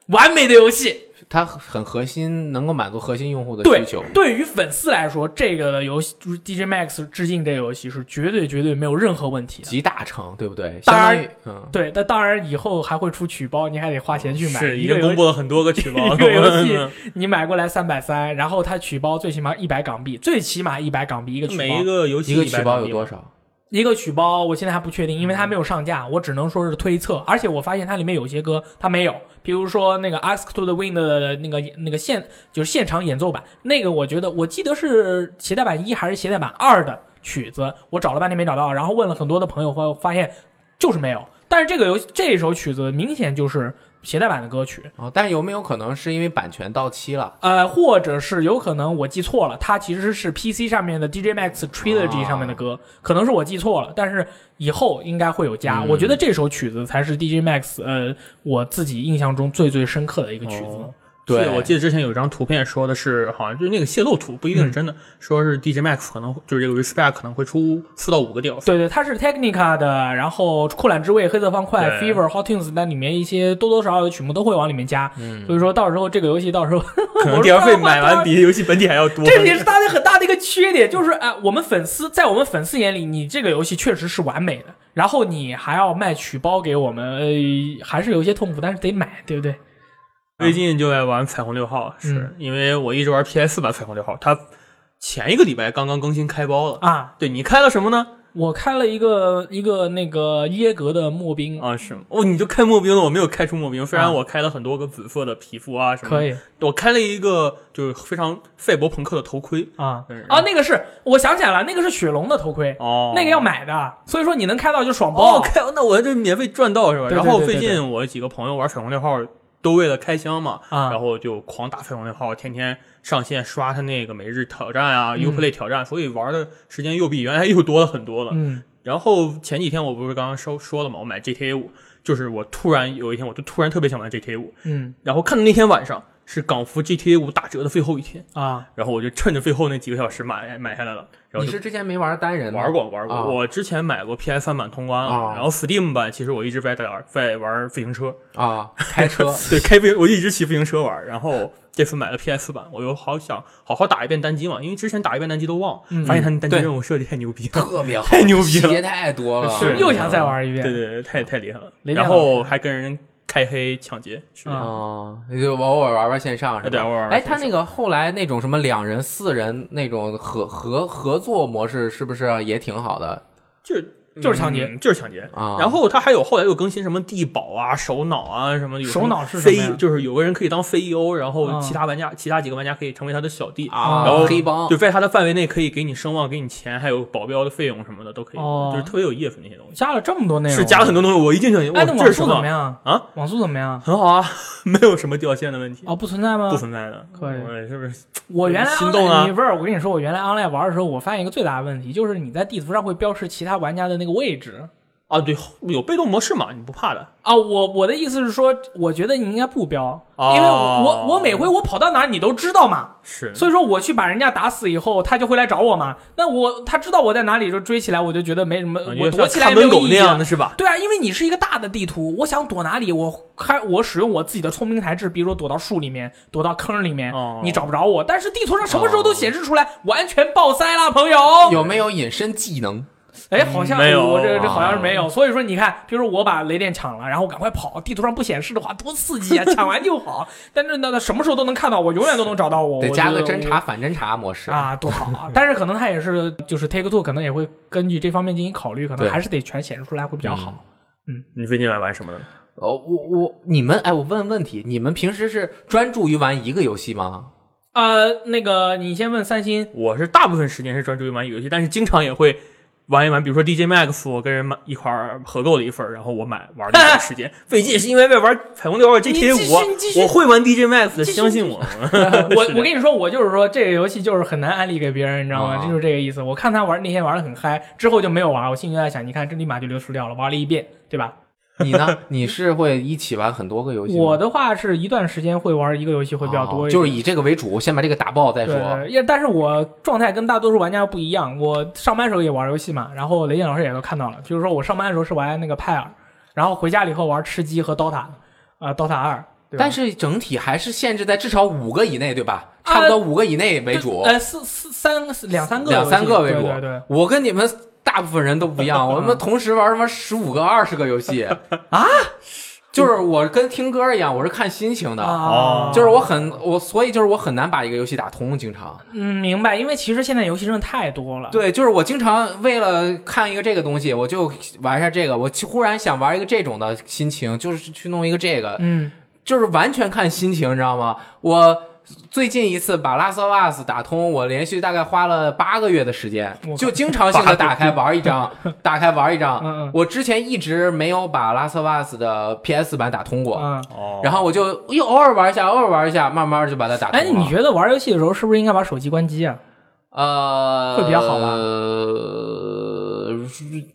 S2: 完美的游戏。
S1: 它很核心，能够满足核心用户的
S2: 对
S1: 需求。，
S2: 对于粉丝来说，这个游戏就是 DJ Max 致敬这个游戏是绝对绝对没有任何问题的。
S1: 集大成，对不对？
S2: 当然
S1: 相当于，嗯，
S2: 对，那当然以后还会出曲包，你还得花钱去买。
S3: 是已
S2: 一个
S3: 经
S2: 游
S3: 公布了很多个曲包，
S2: 一个游戏， 你买过来三百三，然后它曲包最起码一百港币，最起码一百港币一个曲包。
S3: 每一个游戏
S1: 一个
S3: 100
S1: 曲包有
S3: 币
S1: 多少？
S2: 一个曲包，我现在还不确定，因为它没有上架，我只能说是推测。而且我发现它里面有些歌它没有，比如说那个《Ask to the Wind》的那个那个现就是现场演奏版，那个我觉得我记得是携带版一还是携带版二的曲子，我找了半天没找到，然后问了很多的朋友，发发现就是没有。但是这个游戏这首曲子明显就是携带版的歌曲，
S1: 哦，但有没有可能是因为版权到期了？
S2: 呃，或者是有可能我记错了，它其实是 PC 上面的 DJ Max Trilogy
S1: 啊
S2: 上面的歌，可能是我记错了，但是以后应该会有加。
S3: 嗯
S2: 我觉得这首曲子才是 DJ Max 呃我自己印象中最最深刻的一个曲子。
S3: 哦
S1: 对
S3: 是我记得之前有一张图片说的是，好像就是那个泄露图，不一定是真的，说是 DJ Max 可能就是这个 Respect 可能会出四到五个 DLC。
S2: 对对，它是 Technica 的，然后酷懒之味、黑色方块、
S3: 对
S2: Fever、Hot Tunes，那里面一些多多少少的曲目都会往里面加。嗯，所以说到时候这个游戏到时候
S3: 可能
S2: 我
S3: DLC
S2: 说
S3: 买完比游戏本体还要多。
S2: 这也是它的很大的一个缺点，就是哎、我们粉丝在我们粉丝眼里，你这个游戏确实是完美的，然后你还要卖曲包给我们，呃，还是有一些痛苦，但是得买，对不对？
S3: 最近就在玩彩虹六号，
S2: 嗯
S3: 是因为我一直玩 PS 版彩虹六号，它前一个礼拜刚刚更新开包了。
S2: 啊，
S3: 对你开了什么呢？
S2: 我开了一个一个那个耶格的募兵，
S3: 啊，是哦，你就开募兵了，我没有开出募兵，虽
S2: 啊
S3: 然我开了很多个紫色的皮肤啊什么的，
S2: 可以
S3: 我开了一个就是非常赛博朋克的头盔。
S2: 啊
S3: 对然后
S2: 啊，那个是我想起来了，那个是雪龙的头盔，
S3: 哦，
S2: 那个要买的，所以说你能开到就爽
S3: 哦，
S2: 包。
S3: 开那我这免费赚到是吧？
S2: 对对
S3: 然后
S2: 对对
S3: 最近我几个朋友玩彩虹六号，都为了开箱嘛，
S2: 啊
S3: 然后就狂打彩虹六号，天天上线刷他那个每日挑战啊、
S2: 嗯
S3: Uplay 挑战，所以玩的时间又比原来又多了很多了。
S2: 嗯
S3: 然后前几天我不是刚刚说说了嘛，我买 GTA 五，就是我突然有一天，我就突然特别想玩 GTA 五，
S2: 嗯
S3: 然后看到那天晚上是港服 GTA 五打折的最后一天，
S2: 啊，
S3: 然后我就趁着最后那几个小时买买下来了，然
S1: 你
S3: 后就是
S1: 之前没玩单
S2: 嗯
S1: 人吗
S3: 玩？过玩过。
S1: 啊
S3: 我之前买过 PS 三版通关了，
S1: 啊
S3: 然后 Steam 版其实我一直在打在玩自行车，
S1: 啊，开 车
S3: 对，开飞我一直骑自行车玩，然后这次买了 PS 版，我又好想好好打一遍单机嘛，因为之前打一遍单机都忘，
S2: 嗯
S3: 发现他那单机
S1: 对
S3: 任务设计太牛逼了，
S1: 特别好，
S3: 太牛逼
S1: 细
S3: 了
S1: 节太多了，
S3: 是
S2: 又想再玩一遍。
S3: 对对对，太太厉害了，
S2: 雷电
S3: 然
S2: 老师
S3: 后还跟人开黑抢劫，是的
S2: 啊
S1: 哦，那就偶尔玩玩线上是
S3: 对
S1: 吧？
S3: 偶尔玩玩
S1: 哎，
S3: 线
S1: 他
S3: 上
S1: 那个后来那种什么两人、四人那种合合合作模式，是不是也挺好的
S3: 就是
S2: 就是抢劫
S3: 嗯就是抢劫
S1: 啊
S3: 然后他还有后来又更新什么地堡啊、首脑啊什么的，有
S2: 首脑是什么
S3: C，
S2: 呀
S3: 就是有个人可以当 CEO，然
S2: 啊
S3: 后其他玩家、其他几个玩家可以成为他的小弟。
S1: 啊？
S3: 然后
S1: 黑帮
S2: 哦
S3: 就在他的范围内，可以给你声望、给你钱，还有保镖的费用什么的都可以，
S2: 哦
S3: 就是特别有意思那些东西。
S2: 加了这么多内容，
S3: 是加了很多东西，我一进去，哇，
S2: 哎，那
S3: 这
S2: 网
S3: 是什
S2: 速怎么
S3: 么？
S2: 样
S3: 啊？
S2: 网速怎么样？
S3: 很好啊，没有什么掉线的问题，
S2: 哦，不存在吗？
S3: 不存在的。
S2: 可以
S3: 我是不是？
S2: 我原来
S3: 心动啊
S2: online- 你不是，我跟你说，我原来 online 玩的时候，我发现一个最大的问题，就是你在地图上会标示其他玩家的那个位置。
S3: 啊，对，有被动模式嘛，你不怕的。
S2: 啊，我我的意思是说，我觉得你应该不标，
S3: 哦
S2: 因为我我每回我跑到哪儿你都知道嘛，
S3: 是，
S2: 所以说我去把人家打死以后，他就会来找我嘛。那我他知道我在哪里，就追起来，我就觉得没什么，
S3: 啊
S2: 我
S3: 有点
S2: 躲
S3: 像
S2: 起来也
S3: 看
S2: 没
S3: 门
S2: 有
S3: 狗
S2: 意
S3: 那
S2: 义
S3: 样
S2: 啊
S3: 的。是吧？
S2: 对啊，因为你是一个大的地图，我想躲哪里，我开我使用我自己的聪明才智，比如说躲到树里面，躲到坑里面，
S3: 哦
S2: 你找不着我。但是地图上什么时候都显示出来，完全爆塞啦，朋友。
S1: 有没有隐身技能？
S2: 哎，好像
S3: 嗯没有
S2: 我这这
S1: 啊
S2: 好像是没有。所以说，你看，比如说我把雷电抢了，然后赶快跑，地图上不显示的话，多刺激啊！抢完就好。但是那那什么时候都能看到我，永远都能找到我。
S1: 得
S2: 我
S1: 加
S2: 觉
S1: 个
S2: 得
S1: 侦查反侦查模式。
S2: 啊，多好啊！但是可能他也是，就是 Take Two 可能也会根据这方面进行考虑，可能
S1: 对
S2: 还是得全显示出来会比较好。
S3: 你最近在玩什么呢？
S1: 哦，我我你们哎，我问问题，你们平时是专注于玩一个游戏吗？
S2: 呃，那个你先问三 星，
S3: 我是大部分时间是专注于玩游戏，但是经常也会玩一玩，比如说 DJ Max，我跟人买一块儿合购了一份儿，然后我买玩了一段 时间。费劲是因为在玩《彩虹六号
S2: 继
S3: GTA
S2: 续你继续
S3: 五，我会玩 DJ Max 的，
S2: 继续
S3: 相信我。
S2: 我我跟你说，我就是说这个游戏就是很难安利给别人，你知道吗？
S1: 啊
S2: 这就是这个意思。我看他玩那天玩的很嗨，之后就没有玩，我心里就在想，你看这立马就流失掉了，玩了一遍，对吧？
S1: 你 呢？你是会一起玩很多个游戏吗？
S2: 我的话是一段时间会玩一个游戏会比较多
S1: 哦
S2: 一点，
S1: 就是以这个为主，先把这个打爆再说。
S2: 对，也但是我状态跟大多数玩家不一样。我上班时候也玩游戏嘛，然后雷电老师也都看到了，比如说我上班的时候是玩那个派尔，然后回家了以后玩吃鸡和 DOTA，呃，DOTA 二，对吧
S1: 但是整体还是限制在至少五个以内，对吧？差不多五个以内为主。
S2: 呃，四四三四两三个
S1: 两三
S2: 游戏
S1: 个为主。
S2: 对对对。
S1: 我跟你们大部分人都不一 样，我们同时玩什么十五个、二十个游戏啊？就是我跟听歌一样，我是看心情的，
S2: 啊，
S1: 就是我很我，所以就是我很难把一个游戏打通。经常
S2: 嗯，明白，因为其实现在游戏真的太多了。
S1: 对，就是我经常为了看一个这个东西，我就玩一下这个。我忽然想玩一个这种的心情，就是去弄一个这个，
S2: 嗯，
S1: 就是完全看心情，你知道吗？我最近一次把《Last of Us》打通，我连续大概花了八个月的时间
S2: 我靠，
S1: 就经常性的打开玩 一张，打开玩
S2: 嗯
S1: 一
S2: 嗯
S1: 张。我之前一直没有把《Last of Us》的 PS 版打通过，
S2: 嗯，
S3: 哦
S1: 然后我就又偶尔玩一下，偶尔玩一下，慢慢就把它打通
S2: 哎，
S1: 了。
S2: 你觉得玩游戏的时候是不是应该把手机关机啊？
S1: 呃，
S2: 会比较好吧
S1: 呃，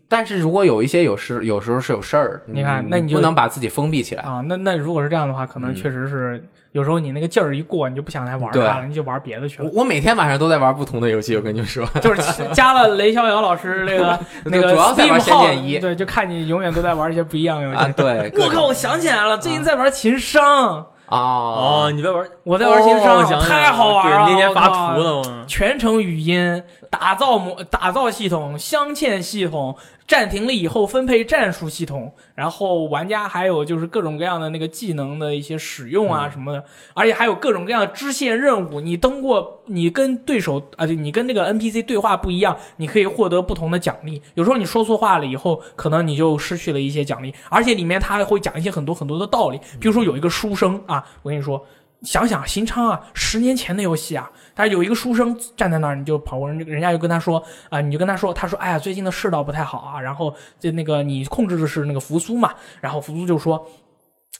S1: 但是如果有一些有事，有时候是有事儿，
S2: 你看那你就
S1: 不能把自己封闭起来。
S2: 啊，那那如果是这样的话，可
S1: 嗯
S2: 能确实是、有时候你那个劲儿一过，你就不想来玩它了，你就玩别的去
S1: 我
S2: 了。
S1: 我每天晚上都在玩不同的游戏，我跟你们说。
S2: 就是加了雷逍遥老 师那个那个
S1: 主要在
S2: Steam
S1: 玩仙
S2: 号
S1: 剑一
S2: 对，就看你永远都在玩一些不一样的游戏。
S1: 啊，对，各
S2: 我靠！
S1: 种
S2: 我想起来了，最近在玩情商，
S1: 啊
S3: 哦，你在玩？
S2: 我在玩情
S3: 哦
S2: 商
S3: 我，想起来了
S2: 太好玩了。
S3: 对那天
S2: 我
S3: 发
S2: 靠
S3: 图了我。
S2: 全程语音打造模打造系统、镶嵌系统、暂停了以后分配战术系统，然后玩家还有就是各种各样的那个技能的一些使用啊什么的，而且还有各种各样的支线任务。你通过你跟对手啊，就你跟那个 NPC 对话不一样，你可以获得不同的奖励。有时候你说错话了以后，可能你就失去了一些奖励，而且里面他还会讲一些很多很多的道理，比如说有一个书生啊，我跟你说。想想新昌啊，十年前的游戏啊，但是有一个书生站在那儿，你就跑过人，人家就跟他说啊、你就跟他说，他说哎呀，最近的世道不太好啊，然后这那个你控制的是那个扶苏嘛，然后扶苏就说。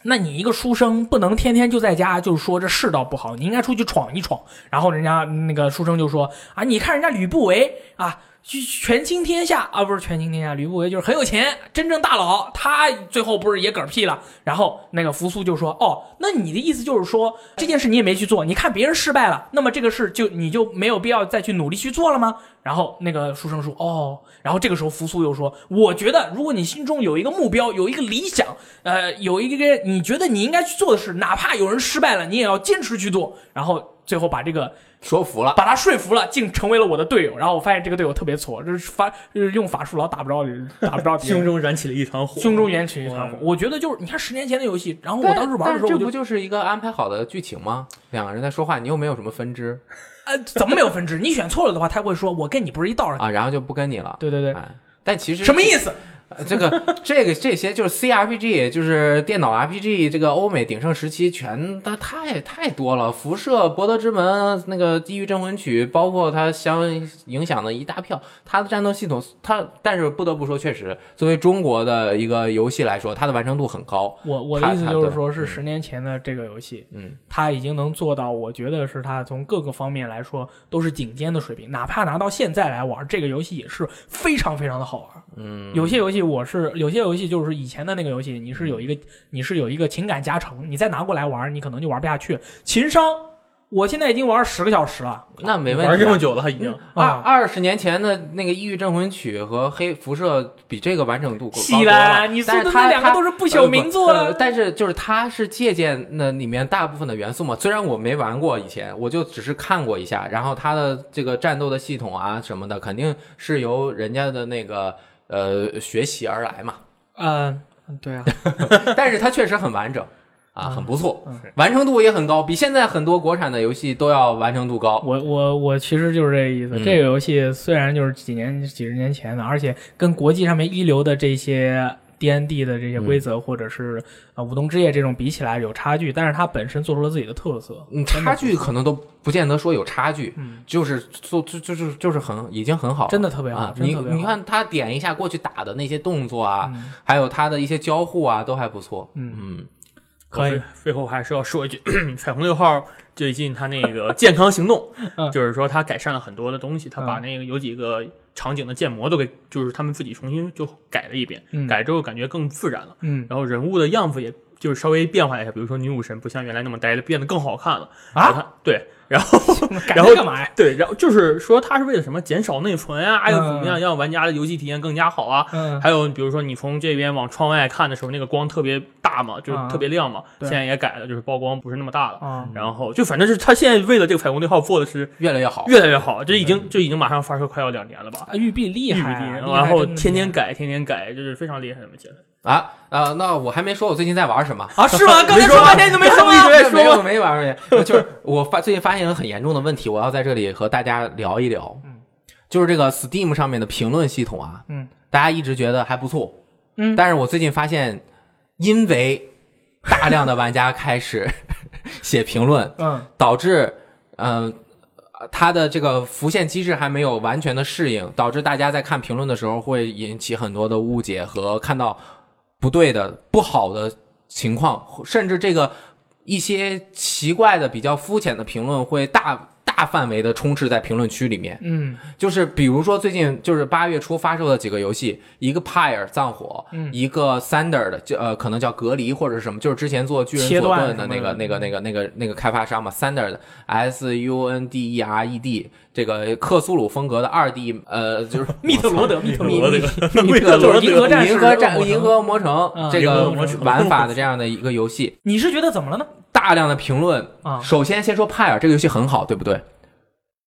S2: 那你一个书生不能天天就在家，就是说这世道不好，你应该出去闯一闯。然后人家那个书生就说啊，你看人家吕不韦啊，就权倾天下啊，不是权倾天下，吕不韦就是很有钱，真正大佬，他最后不是也嗝屁了？然后那个扶苏就说：“哦，那你的意思就是说这件事你也没去做，你看别人失败了，那么这个事就你就没有必要再去努力去做了吗？”然后那个书生说：“哦。”然后这个时候扶苏又说：“我觉得如果你心中有一个目标，有一个理想，呃，有一个你觉得你应该去做的事，哪怕有人失败了，你也要坚持去做。”然后最后把这个
S1: 说服了。
S2: 把他说服了，竟成为了我的队友。然后我发现这个队友特别挫，就是法就是用法术老打不着人，打不着别
S3: 胸
S2: 人。
S3: 中嗯燃起了一团火，
S2: 胸中燃起一团火，我觉得就是你看十年前的游戏，然后我当时玩的时候，
S1: 这
S2: 我
S1: 不
S2: 就
S1: 就是一个安排好的剧情吗？两个人在说话，你又没有什么分支
S2: 呃怎么没有分支？你 选错了的话，他会说我跟你不是一道上。
S1: 啊，然后就不跟你了。
S2: 对对对，
S1: 哎，但其实
S2: 什么意思？
S1: 呃这个这个这些就是 CRPG，就是电脑 RPG，这个欧美鼎盛时期全它太太多了，辐射、博德之门、那个地狱镇魂曲，包括它相影响的一大票，它的战斗系统，它但是不得不说，确实作为中国的一个游戏来说，它的完成度很高。
S2: 我我的意思
S1: 他
S2: 就是
S1: 他
S2: 说，是十年前的这个游戏，
S1: 嗯，
S2: 它已经能做到，我觉得是它从各个方面来说都是顶尖的水平。哪怕拿到现在来玩，这个游戏也是非常非常的好玩。嗯，有些游戏我是有些游戏就是以前的那个游戏，你是有一个你是有一个情感加成，你再拿过来玩，你可能就玩不下去。情商，我现在已经玩十个小时了。
S1: 那没问
S3: 玩
S1: 题
S3: 这
S1: 啊、
S3: 么久了，他已经。
S1: 二
S2: 啊
S1: 二十年前的那个《抑郁镇魂曲》和《黑辐射》比这个完整度高
S2: 喜
S1: 多了
S2: 兰，，你说
S1: 但
S2: 的
S1: 是
S2: 那
S1: 它
S2: 两个
S1: 它
S2: 都是不朽名作啊
S1: 呃不
S2: 了
S1: 呃。但是就是它是借鉴那里面大部分的元素嘛。虽然我没玩过，以前我就只是看过一下。然后它的这个战斗的系统啊什么的，肯定是由人家的那个呃学习而来嘛。呃
S2: 嗯，对啊，
S1: 但是它确实很完整啊，很不错
S2: 嗯，
S1: 完成度也很高，比现在很多国产的游戏都要完成度高。
S2: 我我我其实就是这个意思。
S1: 嗯
S2: 这个游戏虽然就是几年几十年前的，而且跟国际上面一流的这些 D N D 的这些规则，或者是啊《舞动之夜》这种比起来有差距，但是它本身做出了自己的特色。
S1: 嗯，差距可能都不见得说有差距，就是做就就是就是很已经很好了，
S2: 真的特别好
S1: 啊！
S2: 真的
S1: 你
S2: 特别好嗯
S1: 你看他点一下过去打的那些动作啊，还有他的一些交互啊，都还不错。嗯
S2: 可以，
S3: 我最。最后还是要说一句， 彩虹六号最近他那个健康行动
S2: 嗯
S3: 就是说他改善了很多的东西，他把那个有几个场景的建模都给，就是他们自己重新就改了一遍，
S2: 嗯
S3: 改了之后感觉更自然了。
S2: 嗯
S3: 然后人物的样子也就是稍微变化一下，比如说女武神不像原来那么呆了，变得更好看了
S2: 啊
S3: 然后她对，然后
S2: 改
S3: 然
S2: 这
S3: 后
S2: 干嘛呀？
S3: 对，然后就是说他是为了什么减少内存啊，还有怎么
S2: 嗯
S3: 样让玩家的游戏体验更加好啊？
S2: 嗯，
S3: 还有比如说你从这边往窗外看的时候，那个光特别大嘛，就是
S2: 啊
S3: 特别亮嘛，
S2: 对
S3: 现在也改了，就是曝光不是那么大了。
S2: 啊，
S3: 然后就反正是他现在为了这个彩虹六号做的是
S1: 嗯，越来越好。
S3: 越来越好，这已经就已经马上发售快要两年了吧。
S2: 啊玉碧厉
S3: 玉
S2: 害
S3: 帝
S2: 啊，厉害
S3: 然后
S2: 真的
S3: 天
S2: 厉害
S3: 天改，天天改，就是非常厉害的现在。
S1: 啊啊、那我还没说我最近在玩什么。
S2: 啊， 是吗？刚才
S3: 没说
S2: 说
S3: 吗
S2: 半天你都没说
S3: 刚才
S2: 吗
S3: 一？直在
S1: 没
S3: 说 啊
S1: 有没玩儿我就是我发最近发现了很严重的问题，我要在这里和大家聊一聊。
S2: 嗯，
S1: 就是这个 Steam 上面的评论系统啊，
S2: 嗯，
S1: 大家一直觉得还不错，
S2: 嗯
S1: 但是我最近发现，因为大量的玩家开始 写评论，
S2: 嗯
S1: 导致嗯、呃它的这个浮现机制还没有完全的适应，导致大家在看评论的时候会引起很多的误解和看到不对的、不好的情况，甚至这个一些奇怪的、比较肤浅的评论会大大范围的充斥在评论区里面。
S2: 嗯
S1: 就是比如说最近就是八月初发售的几个游戏，一个 Pyre 葬火，
S2: 嗯
S1: 一个 Thunder 的，就呃可能叫隔离或者是什么，就是之前做巨人
S2: 切
S1: 佐
S2: 断
S1: 顿的
S2: 什么
S1: 那个
S2: 的
S1: 那个那个那个那个开发商嘛，Thunder 的 S U N D E R E D 这个克苏鲁风格的二 D 呃就是
S2: 密特罗德，密特
S1: 密
S2: 罗
S3: 罗
S2: 德，
S3: 德
S1: 密特
S2: 就是
S1: 罗德
S2: 银河战士
S1: 银河
S2: 恶魔
S1: 战
S2: 城
S1: 银河恶魔城
S2: 啊
S1: 这
S3: 银河
S1: 个
S3: 恶魔城
S1: 玩法的这样的一个游戏，
S2: 你是觉得怎么了呢？
S1: 大量的评论。
S2: 啊
S1: 首先先说 Pyre 这个游戏很好，对不对？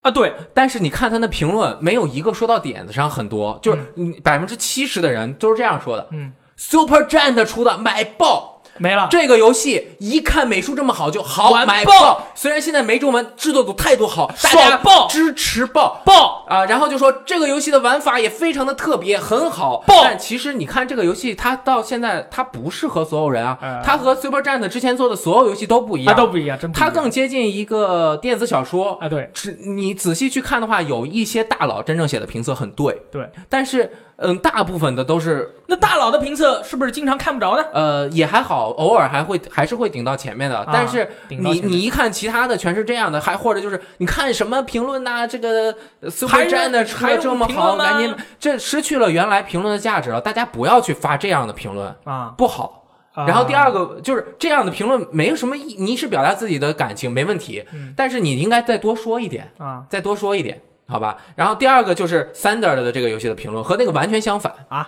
S2: 啊，对，
S1: 但是你看他的评论，没有一个说到点子上，很多就是百分之七十的人都是这样说的。
S2: 嗯
S1: ，Super Giant 出的买爆
S2: 没了。
S1: 这个游戏，一看美术这么好就好
S2: 啊完
S1: 买
S2: 爆
S1: 爆。虽然现在没中文，制作组态度好，大家
S2: 爽爆
S1: 支持爆。
S2: 爆
S1: 啊，然后就说这个游戏的玩法也非常的特别，很好。
S2: 爆
S1: 但其实你看这个游戏，它到现在它不适合所有人啊
S2: 哎，
S1: 它和 Super Giant 之前做的所有游戏都不一
S2: 啊，
S1: 样，
S2: 都不一样，真不一
S1: 它
S2: 样
S1: 更接近一个电子小说
S2: 啊，对
S1: 只你仔细去看的话，有一些大佬真正写的评测很对，
S2: 对，
S1: 但是嗯，大部分的都是
S2: 那大佬的评测是不是经常看不着呢？
S1: 呃也还好，偶尔还会还是会顶到前面的，但是
S2: 啊顶到
S1: 你
S2: 前面
S1: 你一看其他的全是这样的，还或者就是你看什么评论呐、这个 Super
S2: 还有
S1: Jam 的
S2: 还
S1: 车
S2: 有
S1: 这么
S2: 评
S1: 好，
S2: 论吗
S1: 赶紧这失去了原来评论的价值了，大家不要去发这样的评论，
S2: 啊，
S1: 不好。
S2: 啊
S1: 然后第二个就是这样的评论没有什么意，你是表达自己的感情没问题，
S2: 嗯
S1: 但是你应该再多说一点，
S2: 啊
S1: 再多说一点，好吧？然后第二个就是 Thunder 的这个游戏的评论和那个完全相反
S2: 啊，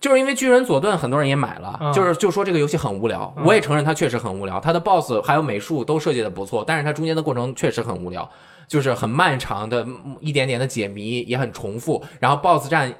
S1: 就是因为巨人佐顿很多人也买了，
S2: 嗯
S1: 就是就说这个游戏很无聊，我也承认它确实很无聊，它的 BOSS 还有美术都设计的不错，但是它中间的过程确实很无聊，就是很漫长的嗯一点点的解谜也很重复，然后 BOSS 战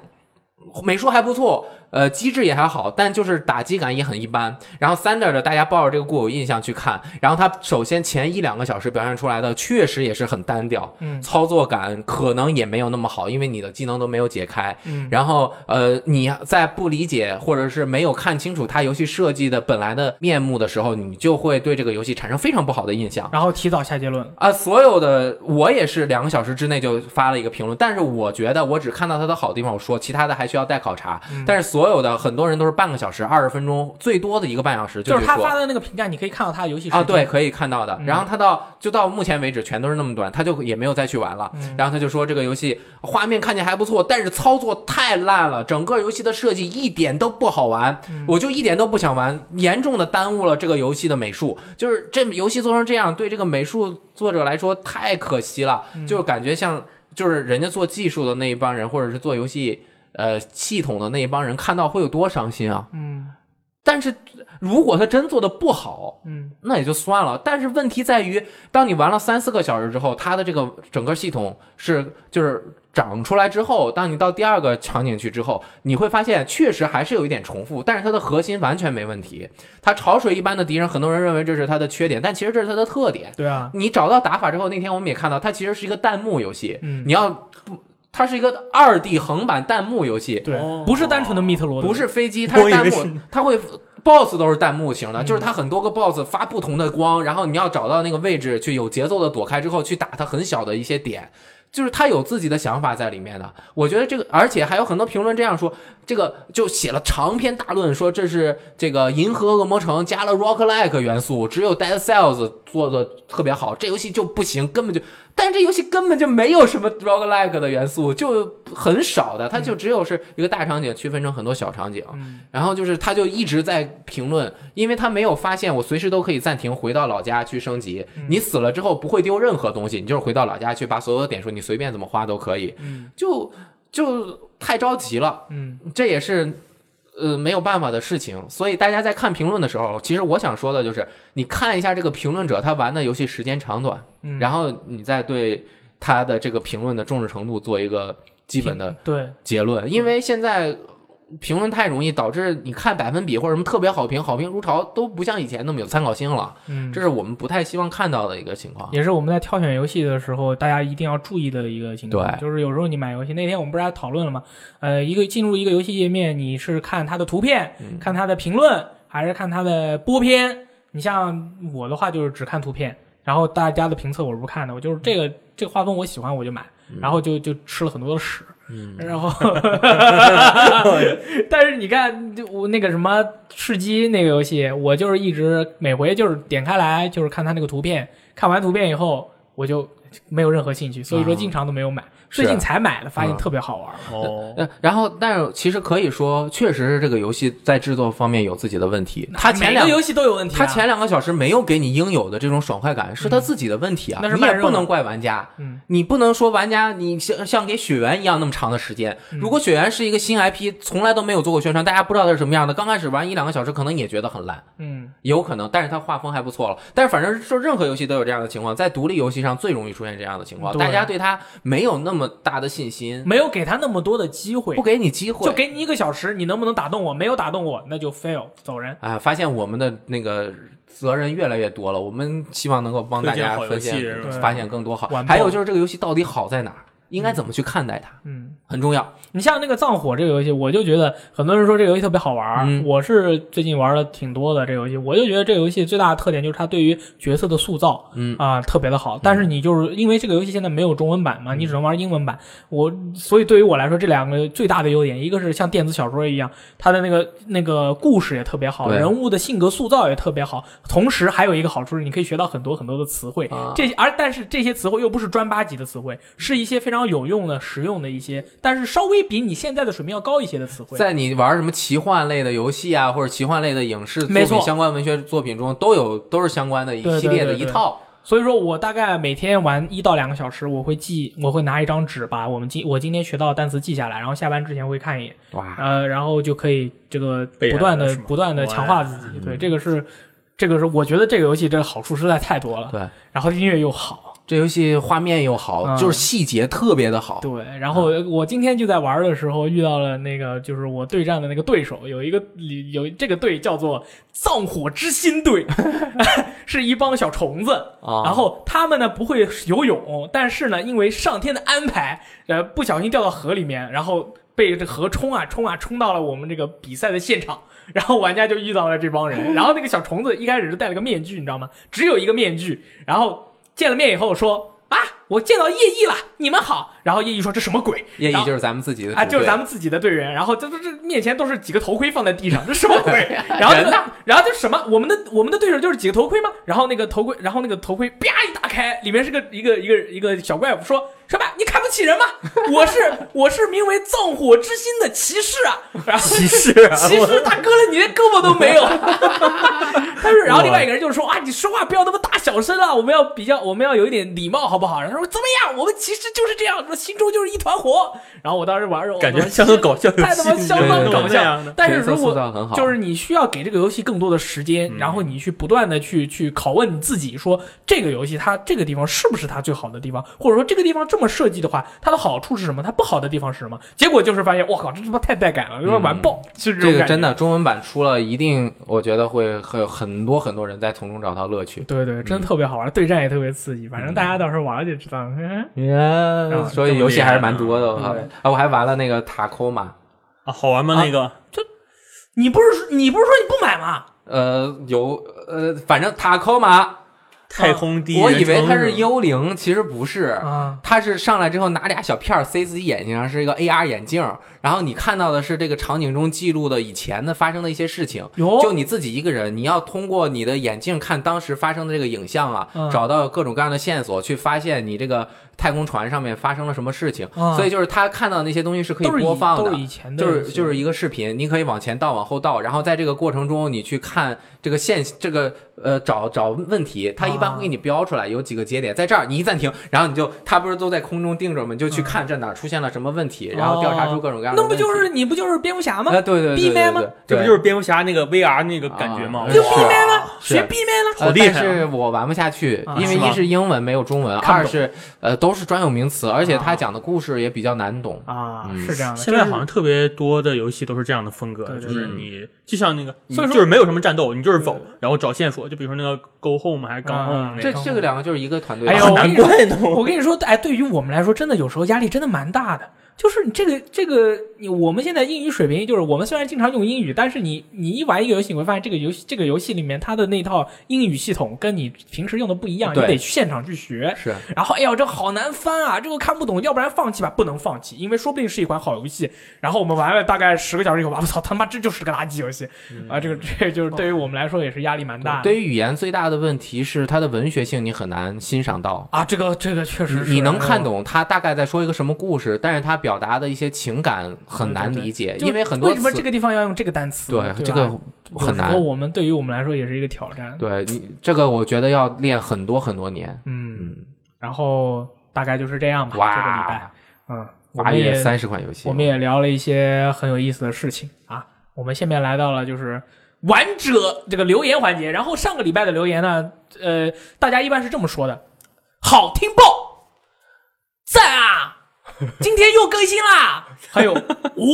S1: 美术还不错，呃，机制也还好，但就是打击感也很一般。然后 Thunder 的大家抱着这个固有印象去看，然后它首先前一两个小时表现出来的确实也是很单调，
S2: 嗯
S1: 操作感可能也没有那么好，因为你的技能都没有解开，
S2: 嗯
S1: 然后呃，你在不理解或者是没有看清楚它游戏设计的本来的面目的时候，你就会对这个游戏产生非常不好的印象。
S2: 然后提早下结论。
S1: 啊，所有的我也是两个小时之内就发了一个评论，但是我觉得我只看到它的好地方，我说其他的还需要待考察。
S2: 嗯
S1: 但是所有的很多人都是半个小时、二十分钟，最多的一个半小时
S2: 就是
S1: 去
S2: 他
S1: 说。
S2: 发的那个评价，你可以看到他的游戏时
S1: 啊，
S2: 间
S1: 对，，嗯可以看到的。然后他到就到目前为止全都是那么短，他就也没有再去玩了。然后他就说这个游戏画面看起来还不错，但是操作太烂了，整个游戏的设计一点都不好玩，我就一点都不想玩，严重的耽误了这个游戏的美术。就是这游戏做成这样，对这个美术作者来说太可惜了，就是感觉像就是人家做技术的那一帮人，或者是做游戏。呃，系统的那一帮人看到会有多伤心啊！
S2: 嗯
S1: 但是如果他真做的不好，
S2: 嗯，
S1: 那也就算了。但是问题在于，当你玩了三四个小时之后，它的这个整个系统是就是长出来之后，当你到第二个场景去之后，你会发现确实还是有一点重复，但是它的核心完全没问题。它潮水一般的敌人，很多人认为这是它的缺点，但其实这是它的特点。
S2: 对啊，
S1: 你找到打法之后，那天我们也看到，它其实是一个弹幕游戏，
S2: 嗯
S1: 你要不，它是一个二 D 横版弹幕游戏，
S2: 对
S3: 哦，
S2: 不是单纯的密特罗德，
S1: 不是飞机，它是
S3: 我以
S1: 弹
S3: 为
S1: 幕
S3: 是，嗯
S1: 它会 boss 都是弹幕型的，就是它很多个 boss 发不同的光，然后你要找到那个位置去有节奏的躲开之后去打它很小的一些点。就是它有自己的想法在里面的，我觉得这个，而且还有很多评论这样说，这个就写了长篇大论，说这是这个《银河恶魔城》加了 rock like 元素，只有 Dead Cells 做的特别好，这游戏就不行，根本就，但是这游戏根本就没有什么 rock like 的元素，就很少的，它
S3: 嗯
S1: 就只有是一个大场景区分成很多小场景，然后就是他就一直在评论，因为他没有发现我随时都可以暂停回到老家去升级。
S2: 嗯
S1: 你死了之后不会丢任何东西，你就是回到老家去把所有的点数你随便怎么花都可以。就就太着急了，
S2: 嗯，
S1: 这也是。呃，没有办法的事情，所以大家在看评论的时候，其实我想说的就是，你看一下这个评论者他玩的游戏时间长短，
S2: 嗯
S1: 然后你再对他的这个评论的重视程度做一个基本的
S2: 对，
S1: 结论，因为现在评论太容易，导致你看百分比或者什么特别好评、好评如潮都不像以前那么有参考性了，
S2: 嗯，
S1: 这是我们不太希望看到的一个情况。
S2: 也是我们在挑选游戏的时候，大家一定要注意的一个情况。
S1: 对
S2: 就是有时候你买游戏，那天我们不是还讨论了吗？呃，一个进入一个游戏页面，你是看它的图片，
S1: 嗯
S2: 看它的评论，还是看它的播片？你像我的话，就是只看图片，然后大家的评测我是不看的，我就是这个
S1: 嗯
S2: 这个画风我喜欢我就买，然后就就吃了很多的屎。
S1: 嗯，
S2: 然 后，但是你看，就我那个什么吃鸡那个游戏，我就是一直每回就是点开来就是看它那个图片，看完图片以后我就没有任何兴趣，所以说
S1: 啊
S2: 经常都没有买。
S1: 是
S2: 最近才买的，发现
S1: 嗯
S2: 特别好玩。
S3: 哦，
S1: 呃，然后但是其实可以说，确实是这个游戏在制作方面有自己的问题。它前两
S2: 每个游戏都有问题啊、
S1: 它前两个小时没有给你应有的这种爽快感，是他自己的问题啊，
S2: 那是
S1: 你也
S2: 慢热
S1: 不
S2: 嘛
S1: 能怪玩家。
S2: 嗯，
S1: 你不能说玩家你像像给雪原一样那么长的时间。
S2: 嗯
S1: 如果雪原是一个新 IP，从来都没有做过宣传，大家不知道它是什么样的，刚开始玩一两个小时可能也觉得很烂。
S2: 嗯
S1: 有可能，但是它画风还不错了。但是反正说任何游戏都有这样的情况，在独立游戏上最容易出现这样的情况，
S2: 对
S1: 大家对它没有那么大的信心，
S2: 没有给他那么多的机会
S1: 不，给你机会，
S2: 就给你一个小时，你能不能打动我？没有打动我，那就 fail 走人。
S1: 啊，发现我们的那个责任越来越多了。我们希望能够帮大家
S3: 推荐好游
S1: 分
S3: 戏
S1: 现
S3: 是
S2: 吧
S1: 发现更多好
S2: 完。爆
S1: 还有就是这个游戏到底好在哪儿？应该怎么去看待它，
S2: 嗯，
S1: 很重要。
S2: 你像那个葬火这个游戏，我就觉得很多人说这个游戏特别好玩儿。
S1: 嗯
S2: 我是最近玩的挺多的这个游戏，我就觉得这个游戏最大的特点就是它对于角色的塑造，
S1: 嗯
S2: 啊、特别的好。但是你就是因为这个游戏现在没有中文版嘛，你只
S1: 嗯
S2: 能玩英文版。我所以对于我来说，这两个最大的优点，一个是像电子小说一样，它的那个那个故事也特别好，
S1: 对
S2: 人物的性格塑造也特别好。同时还有一个好处是，你可以学到很多很多的词汇，
S1: 啊
S2: 这些而但是这些词汇又不是专八级的词汇，是一些非常有用的、实用的一些，但是稍微比你现在的水平要高一些的词汇。
S1: 在你玩什么奇幻类的游戏啊，或者奇幻类的影视作
S2: 没
S1: 品、
S2: 错
S1: 相关文学作品中，都有都是相关的
S2: 对
S1: 一系列的
S2: 对对
S1: 一
S2: 对
S1: 套。
S2: 所以说我大概每天玩一到两个小时，我会记，我会拿一张纸把我们今我今天学到的单词记下来，然后下班之前会看一眼，
S1: 哇，
S2: 呃，然后就可以这个
S3: 背下
S2: 不
S3: 来
S2: 断的
S3: 了是吗
S2: 不断的强化自己。对，这个是这个是我觉得这个游戏这个好处实在太多了，
S1: 对，
S2: 然后音乐又好。
S1: 这游戏画面又好，
S2: 嗯
S1: 就是细节特别的好。
S2: 对，然后我今天就在玩的时候遇到了那个，就是我对战的那个对手，有一个里有这个队叫做葬火之心队， 是一帮小虫子。
S1: 啊
S2: 然后他们呢不会游泳，但是呢，因为上天的安排，呃，不小心掉到河里面，然后被这河冲啊冲啊冲到了我们这个比赛的现场。然后玩家就遇到了这帮 人，然后那个小虫子一开始是戴了个面具，你知道吗？只有一个面具，然后见了面以后说啊，我见到叶毅了，你们好。然后叶毅说这什么鬼？
S1: 夜
S2: 然
S1: 翼
S2: 后
S1: 就是咱们自己的
S2: 啊，
S1: 组
S2: 就是
S1: 队
S2: 咱们自己的队员，然后这这这面前都是几个头盔放在地上，这什么鬼？然后
S1: 人
S2: 就然后就什么，我们的我们的对手就是几个头盔吗？然后那个头盔，然后那个头盔啪一打开，里面是个一个一个一个小怪物，说什么？你看不起人吗？我是我是名为葬火之心的骑士啊！然后
S3: 骑士 啊，
S2: 骑士大哥了，你连胳膊都 没有。他说，然后另外一个人就说啊，你说话不要那么大小声啊，我们要比较，我们要有一点礼貌，好不好？然后说怎么样？我们其实就是这样，心中就是一团火。然后我当时玩的时候，
S3: 感
S2: 我
S3: 觉
S2: 说
S3: 像个搞笑游戏，
S2: 太他妈相当搞
S3: 这样
S2: 笑
S3: 的。。
S2: 但是
S1: 角色
S2: 如
S1: 塑
S2: 果
S1: 造很好，
S2: 就是你需要给这个游戏更多的时间，
S3: 嗯
S2: 然后你去不断的去去拷问你自己说，这个游戏它这个地方是不是它最好的地方，或者说这个地方这么设计的话，它的好处是什么，它不好的地方是什么？结果就是发现，我靠，这他妈太带感了，有点完爆，是
S1: 嗯这
S2: 种
S1: 个
S2: 感觉
S1: 真。的中文版出了，一定我觉得会会有很多很多人在从中找到乐趣。
S2: 对对，
S1: 嗯
S2: 真的特别好玩，对战也特别刺激，反正大家到时候玩了就知道了。 嗯
S1: 耶，所以游戏还是蛮多的。我靠
S2: 对
S1: 啊，我还玩了那个塔科马，
S3: 啊，好玩吗？那个
S2: 你不是你不是说你不买吗？
S1: 呃，有呃，反正塔科马，
S3: 太空第一
S1: 我
S3: 人
S1: 以为
S3: 称
S1: 它
S3: 是
S1: 是
S3: 吗
S1: 幽灵，其实不是。
S2: 啊，
S1: 它是上来之后拿俩小片儿塞自己眼睛上，是一个 AR 眼镜儿，然后你看到的是这个场景中记录的以前的发生的一些事情。
S2: 有
S1: 就你自己一个人，你要通过你的眼镜看当时发生的这个影像啊，
S2: 嗯
S1: 找到各种各样的线索，去发现你这个太空船上面发生了什么事情。
S2: 嗯
S1: 所以就是他看到那些东西是可以
S2: 都是以
S1: 播放
S2: 都
S1: 的
S2: 是。以前的
S1: 就
S2: 游戏，
S1: 是就是一个视频，你可以往前倒，往后倒，然后在这个过程中，你去看这个线，这个呃找找问题，它一般会给你标出来有几个节点，在这儿你一暂停，然后你就它不是都在空中定着吗？你就去看这哪儿出现了什么问题，然后调查出各种各样的
S2: 哦那
S1: 问
S2: 不
S1: 题。
S2: 就是你不就是蝙蝠侠吗
S1: 啊？？对对对
S2: 闭
S1: 对
S2: 麦
S1: 对
S2: 吗
S1: 对，
S3: 这不
S1: 对
S3: 就是蝙蝠侠那个 VR 那个感觉吗？
S1: 啊
S2: 就
S1: 哇
S2: 闭麦了，
S1: 是
S2: 学闭麦了。
S1: 呃
S3: 好厉害啊
S1: 但是我玩不下去
S2: 啊，
S1: 因为
S3: 是吗
S1: 一是英文没有中文，
S2: 看不
S1: 二
S2: 懂
S1: 是呃都是专有名词，而且他讲的故事也比较难懂。
S2: 啊，
S1: 嗯
S2: 是这样的。
S3: 现在好像特别多的游戏都是这样的风格，
S2: 对对
S3: 就是
S1: 对
S3: 你就像那个，
S2: 所以说
S3: 你就是没有什么战斗，你就是
S2: 对
S3: 走，然后找线索。就比如说那个 Go Home 还是 Go
S2: 啊
S3: Home 那
S1: 这
S3: 个，
S1: 这个两个就是一个团队。
S2: 哎呦
S3: 啊难怪呢。
S2: 我跟你说，哎，对于我们来说，真的有时候压力真的蛮大的。就是你这个这个，你我们现在英语水平，就是我们虽然经常用英语，但是你你一玩一个游戏，你会发现这个游戏这个游戏里面它的那套英语系统跟你平时用的不一样，你
S1: 对
S2: 得去现场去学。
S1: 是
S2: 然后哎呦，这好难翻啊，这个看不懂，要不然放弃吧，不能放弃，因为说不定是一款好游戏。然后我们玩了大概十个小时以后，哇我操，他妈这就是个垃圾游戏啊！这个这就是对于我们来说也是压力蛮大的
S1: 嗯哦对于语言最大的问题是它的文学性，你很难欣赏到。
S2: 啊。这个这个确实是，
S1: 你你能
S2: 哎呦
S1: 看懂他大概在说一个什么故事，但是他表达的一些情感很难理解，
S2: 就
S1: 因为很多
S2: 为什么
S1: 词
S2: 这个地方要用这个单词？对
S1: 对
S2: 吧，
S1: 这个很
S2: 有时候
S1: 难。
S2: 我们对于我们来说也是一个挑战。
S1: 对你这个，我觉得要练很多很多年。
S2: 嗯，
S1: 嗯，
S2: 然后大概就是这样吧，这个礼拜
S1: 哇，，
S2: 嗯，我
S1: 八
S2: 们
S1: 月
S2: 也
S1: 三十款游戏，
S2: 我们也聊了一些很有意思的事情啊。我们下面来到了就是玩者这个留言环节，然后上个礼拜的留言呢，呃，大家一般是这么说的：好听爆，赞啊！今天又更新啦！还有，哦，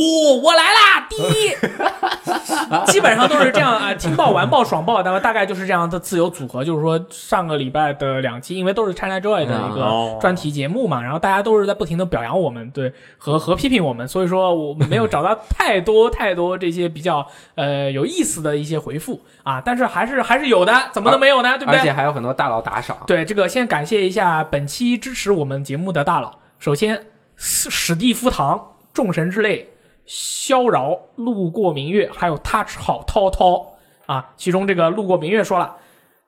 S2: 我来啦！第一， 基本上都是这样啊，听报、完报、爽报，那么大概就是这样的自由组合。就是说，上个礼拜的两期，因为都是 China Joy 的一
S3: 哦
S2: 个专题节目嘛，然后大家都是在不停的表扬我们，对，和和批评我们，所以说我没有找到太多太多这些比较呃有意思的一些回复啊，但是还是还是有的，怎么能没有呢？对不
S1: 而
S2: 对？
S1: 且还有很多大佬打赏。
S2: 对，这个先感谢一下本期支持我们节目的大佬，首先史史蒂夫堂、众神之泪、萧饶、路过明月，还有他炒涛涛啊。其中这个路过明月说了。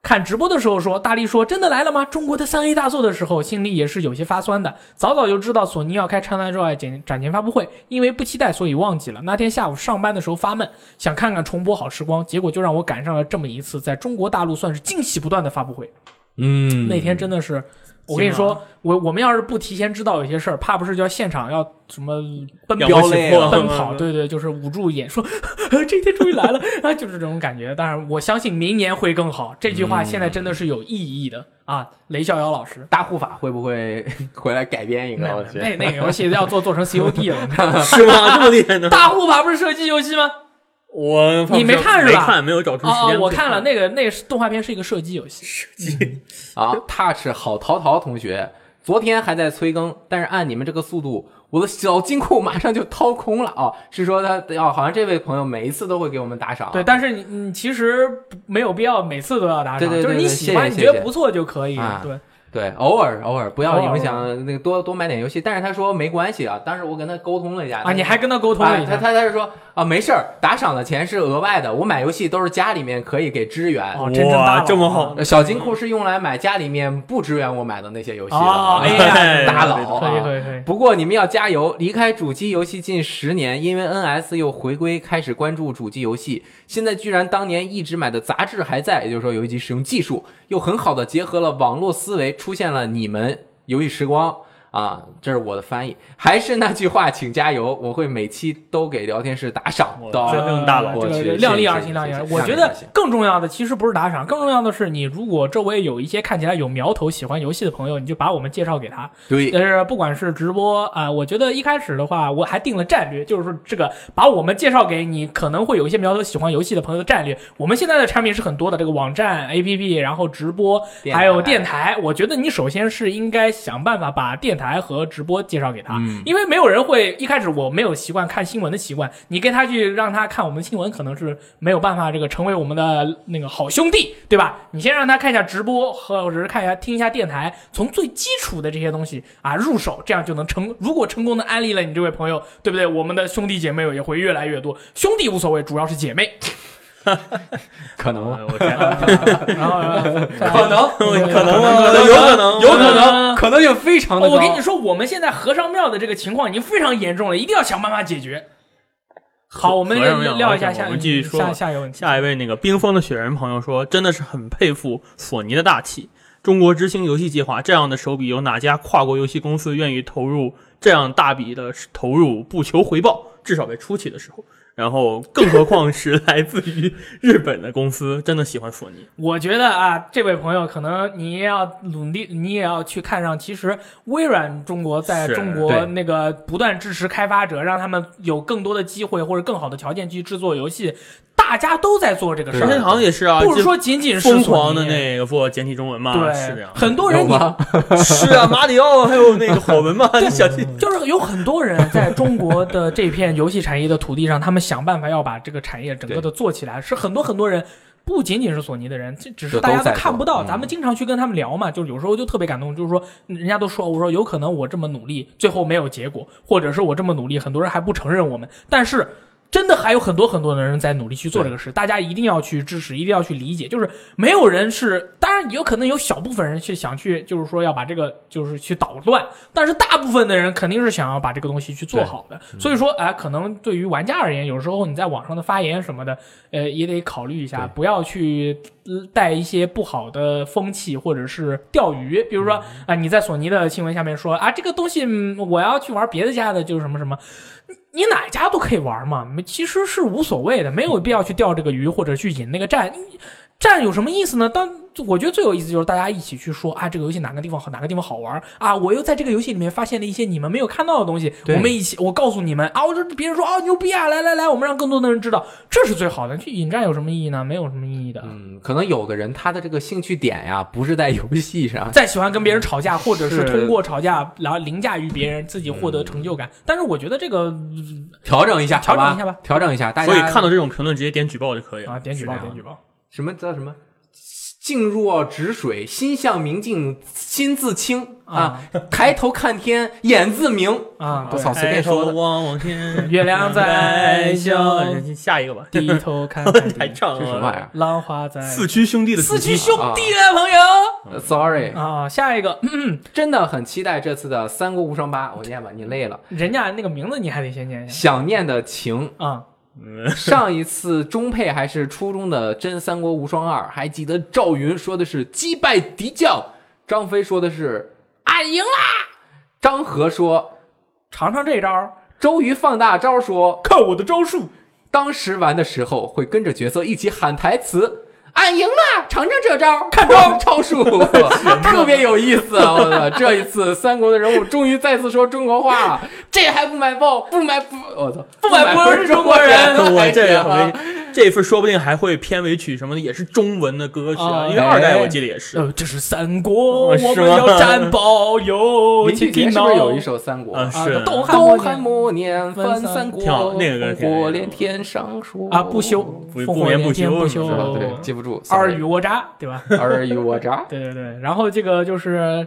S2: 看直播的时候说，大力说真的来了吗？中国的三 A 大作的时候，心里也是有些发酸的。早早就知道索尼要开 China Joy 展展前发布会，因为不期待，所以忘记了。那天下午上班的时候发闷，想看看重播好时光，结果就让我赶上了这么一次在中国大陆算是惊喜不断的发布会。
S1: 嗯啊
S2: 那天真的是，我跟你说，我我们要是不提前知道有些事儿，怕不是就要现场要什么奔
S3: 两
S1: 标
S3: 魂
S1: 类
S3: 起魄
S1: 了
S2: 奔 跑，对对，就是捂住眼说 这一天终于来了 啊，就是这种感觉。当然，我相信明年会更好。这句话现在真的是有意义的啊，雷逍遥老师。
S1: 大护法会不会 回来改编一个？我去，
S2: 那那个游戏要做做成 COD 了，你看
S3: 是吗？这么厉害呢？
S2: 大护法不是射击游戏吗？
S3: 我
S2: 你没看是
S3: 没
S2: 吧
S3: 看，没有找
S1: 嗯
S3: 出时
S2: 啊，
S3: 间。
S2: 我看了，那个那个是动画片是一个射击游戏，
S1: 啊，Touch 好淘淘同学，昨天还在催更，但是按你们这个速度，我的小金库马上就掏空了啊！是说他哦，好像这位朋友每一次都会给我们打赏啊，
S2: 对，但是你你其实不没有必要每次都要打赏，
S1: 对对对
S2: 就是你
S1: 对
S2: 喜
S1: 谢
S2: 欢
S1: 谢
S2: 你觉
S1: 谢
S2: 得
S1: 谢
S2: 不错就可以
S1: 啊，
S2: 对。
S1: 对，偶尔偶尔不要
S2: 偶尔
S1: 影响
S2: 嗯
S1: 那个多多买点游戏，但是他说没关系啊，当时我跟他沟通了一下
S2: 啊，你还跟他沟通了
S1: 哎
S2: 一下
S1: 他，他他是说啊没事儿，打赏的钱是额外的，我买游戏都是家里面可以给支援。
S2: 哦，真正大佬啊
S3: 哇这么好
S1: 呃小
S2: 嗯
S1: 金库是用来买家里面不支援我买的那些游戏的
S2: 哦，
S1: 啊
S2: 哎呀，
S1: 大佬啊
S2: 可以可以可以，
S1: 不过你们要加油！离开主机游戏近十年，因为 NS 又回归，开始关注主机游戏。现在居然当年一直买的杂志还在，也就是说，游戏机使用技术又很好的结合了网络思维，出现了你们游戏时光啊！这是我的翻译。还是那句话，请加油！我会每期都给聊天室打赏的。
S3: 哇这
S2: 呃
S3: 更大佬
S2: 这
S1: 我
S2: 个
S1: 去
S2: 量力
S1: 谢谢
S2: 而行，
S1: 谢谢
S2: 量力而行。
S1: 谢谢
S2: 我觉得
S1: 谢谢
S2: 更重要的其实不是打赏，更重要的是你如果周围有一些看起来有苗头、喜欢游戏的朋友，你就把我们介绍给他。
S1: 对，
S2: 但是不管是直播啊、我觉得一开始的话，我还定了战略，就是说这个把我们介绍给你可能会有一些苗头喜欢游戏的朋友的战略。我们现在的产品是很多的，这个网站、APP，然后直播，还有电台。我觉得你首先是应该想办法把电台和直播介绍给他，
S1: 嗯
S2: 啊因为没有人会一开始我没有习惯看新闻的习惯，你跟他去让他看我们的新闻，可能是没有办法这个成为我们的那个好兄弟，对吧？你先让他看一下直播，或者是看一下听一下电台，从最基础的这些东西啊入手，这样就能成。如果成功的安利了你这位朋友，对不对？我们的兄弟姐妹也会越来越多，兄弟无所谓，主要是姐妹。
S1: 可能啊
S3: 哎我天
S2: 啊 然后，然后
S1: 可能啊
S3: 可能吗？有可能，
S1: 有可能， 可能性非常的
S2: 哦
S1: 高。
S4: Oh,
S2: 我跟你说，我们现在和尚庙的这个情况已经非常严重了，一定要想办法解决。好，我们
S3: 和尚庙
S2: 聊一下下，
S3: 我们继续说
S2: 下下一个问题。
S3: 下一位那个冰封的雪人朋友说，真的是很佩服索尼的大气。中国之星游戏计划这样的手笔，有哪家跨国游戏公司愿意投入这样大笔的投入，不求回报，至少在初期的时候。然后，更何况是来自于日本的公司，真的喜欢索 尼。
S2: 我觉得啊，这位朋友可能你也要努力，你也要去看上。其实微软中国在
S3: 是
S2: 中国
S1: 对
S2: 那个不断支持开发者，让他们有更多的机会或者更好的条件去制作游戏，大家都在做这个事
S3: 任
S1: 对
S3: 天
S2: 儿，
S3: 堂也是啊，
S2: 不是
S3: 就
S2: 说仅仅是
S3: 疯
S2: 索
S3: 狂的
S2: 尼
S3: 那个做简体中文嘛，是这
S2: 对
S3: 样，。
S2: 很多人
S1: 有
S2: 你
S1: 吗
S3: 是啊，马里奥还有那个火纹 嘛，你小心。
S2: 就是有很多人在中国的这片游戏产业的土地上，他们想办法要把这个产业整个的做起来，是很多很多人。不仅仅是索尼的人，这只是
S1: 就
S2: 大家
S1: 都在
S2: 都
S1: 做
S2: 看不到。
S1: 嗯
S2: 咱们经常去跟他们聊嘛，就是有时候就特别感动，就是说人家都说，我说有可能我这么努力，最后没有结果，或者是我这么努力，很多人还不承认我们。但是真的还有很多很多的人在努力去做这个事，大家一定要去支持，一定要去理解。就是没有人是，当然有可能有小部分人去想去，就是说要把这个就是去捣乱，但是大部分的人肯定是想要把这个东西去做好的。所以说，哎、可能对于玩家而言，有时候你在网上的发言什么的，呃，也得考虑一下，不要去呃带一些不好的风气或者是钓鱼。比如说啊、你在索尼的新闻下面说啊，这个东西嗯我要去玩别的家的，就是什么什么。你哪家都可以玩嘛，没其实是无所谓的，没有必要去钓这个鱼或者去引那个战。你战有什么意思呢？当我觉得最有意思就是大家一起去说啊，这个游戏哪个地方好，哪个地方好玩啊！我又在这个游戏里面发现了一些你们没有看到的东西，我
S1: 对
S2: 们一起，我告诉你们啊，我就别人说哦牛逼啊，来来来，我们让更多的人知道，这是最好的。去引战有什么意义呢？没有什么意义的。
S1: 嗯，可能有的人他的这个兴趣点呀，不是在游戏上，
S2: 再喜欢跟别人吵架，或者是
S3: 是
S2: 通过吵架然后凌驾于别人，自己获得成就感。但是我觉得这个
S1: 调整一下，
S2: 调整
S1: 好
S2: 一下吧，
S1: 调整一下。大家
S3: 所以看到这种评论直接点举报就可以了
S2: 啊，点举报，
S1: 是这样
S2: 点举报。
S1: 什么叫什么？静若止水，心向明镜，心自清啊！抬头 看天，眼自明
S2: 啊
S1: 我
S2: 对
S1: 操， 随便说
S3: 抬
S1: 的
S3: 头。望望天，
S2: 月亮在笑
S3: 下一个吧，
S2: 低头 看看
S3: 还
S2: 地，
S3: 唱
S1: 这什么玩意儿
S2: 浪花在
S3: 四驱兄弟的
S2: 四
S3: 主题
S2: 驱兄弟啊，朋友
S1: 呃？Sorry，
S2: 啊，下一个
S1: 真的很期待这次的《三国无双八》。我念吧，你累了。
S2: 人家那个名字你还得先念一下
S1: 想念 的情，
S2: 啊。
S3: 嗯
S1: 上一次中配还是初中的《真三国无双二》，还记得赵云说的是击败敌将，张飞说的是俺赢啦，张合说
S2: 尝尝这招儿，
S1: 周瑜放大招说，
S2: 看我的招数。
S1: 当时玩的时候会跟着角色一起喊台词。俺赢啦！尝尝这招，看招招数， 特别有意 思啊！我操，这一次三国的人物终于再次说中国话了，这还不买报？不买不，我操，
S2: 不买不是中国人 哎
S3: 哎我
S1: 个
S3: 这个回这一份说不定还会片尾曲什么的，也是中文的歌曲啊，
S2: 啊
S3: 因为二代我记得也是，
S2: 呃，这是三国，
S3: 哦是
S2: 我们
S3: 吗
S2: 要战保佑。
S1: 林俊
S2: 请
S1: 杰
S2: 听
S1: 是不是
S2: 到
S1: 有一首《三国》
S3: 啊？是
S2: 啊，东汉
S1: 东
S2: 末
S1: 汉
S2: 年
S1: 末年
S2: 翻
S1: 翻
S2: 三
S1: 三国，
S3: 挺好那个歌挺好
S1: 烽火连天上说
S2: 啊，不休，烽火连天不
S3: 不
S2: 休
S1: 是吧
S3: 眠？
S1: 对，记不住。
S2: 尔
S1: sorry
S2: 虞我诈，对吧？
S1: 尔虞我诈，
S2: 对对对，然后这个就是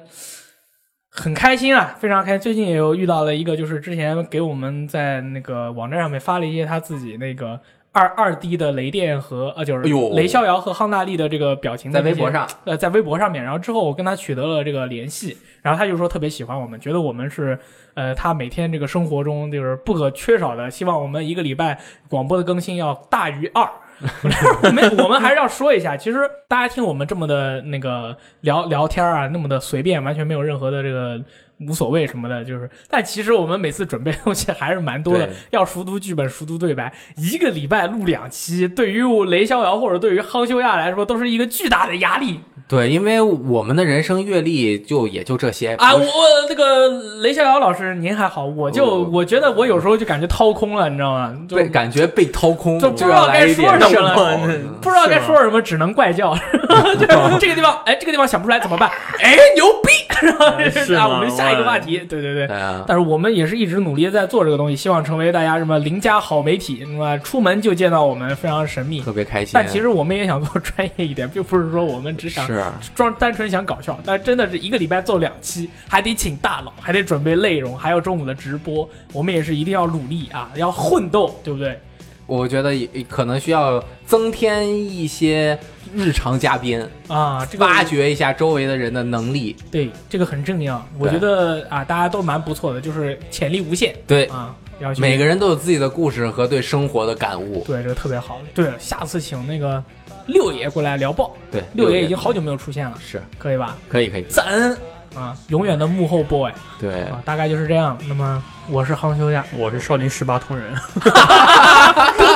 S2: 很开心啊，非常开心。最近也有遇到了一个，就是之前给我们在那个网站上面发了一些他自己那个二二 D 的雷电和呃，就是
S1: 哎呦
S2: 雷逍遥和康大力的这个表情的
S1: 在
S2: 这些
S1: 微博上
S2: 呃，在微博上面，然后之后我跟他取得了这个联系，然后他就说特别喜欢我们，觉得我们是呃他每天这个生活中就是不可缺少的，希望我们一个礼拜广播的更新要大于二。 我们我们还是要说一下，其实大家听我们这么的那个聊聊天啊，那么的随便，完全没有任何的这个无所谓什么的，就是，但其实我们每次准备的东西还是蛮多的
S1: 对，
S2: 要熟读剧本、熟读对白，一个礼拜录两期，对于我雷逍遥或者对于夯修亚来说，都是一个巨大的压力
S1: 对，因为我们的人生阅历就也就这些
S2: 啊！
S1: 不
S2: 我
S1: 是
S2: 我那个雷逍遥老师您还好，我就
S1: 我
S2: 我觉得我有时候就感觉掏空了，你知道吗？就
S1: 被感觉被掏空，
S2: 就
S1: 就
S2: 不知道
S1: 要来一点嗯
S2: 该说什么
S1: 正能
S3: 了
S1: 量
S2: 不知道该
S3: 是吗
S2: 说什么，只能怪叫。就是这个地方，哎，这个地方想不出来怎么办？哎，牛逼！ 然后就是
S3: 是
S2: 啊，
S3: 吗
S2: 我们下一个话题，对对对。
S1: 对啊，
S2: 但是我们也是一直努力地在做这个东西，希望成为大家什么邻家好媒体，那么出门就见到我们，非常神秘。
S1: 特别开心。
S2: 但其实我们也想做专业一点，并不是说我们只想
S1: 是
S2: 装单纯想搞笑，但真的是一个礼拜做两期，还得请大佬，还得准备内容，还有中午的直播，我们也是一定要努力啊，要混斗，对不对？
S1: 我觉得也可能需要增添一些日常嘉宾，
S2: 啊，这个
S1: 挖掘一下周围的人的能力。
S2: 对，这个很重要。我
S1: 对
S2: 觉得啊，大家都蛮不错的，就是潜力无限
S1: 对，
S2: 啊。要去
S1: 嗯每个人都有自己的故事和对生活的感悟。
S2: 对这个特别好。对，下次请那个六爷过来聊爆。
S1: 对，
S2: 六爷已经好久没有出现了，
S1: 是
S2: 可以吧？
S1: 可以可以，
S2: 赞恩啊，永远的幕后 boy
S1: 对，
S2: 啊，大概就是这样。那么我是杭修亚，
S3: 我是少林十八铜人，
S2: 得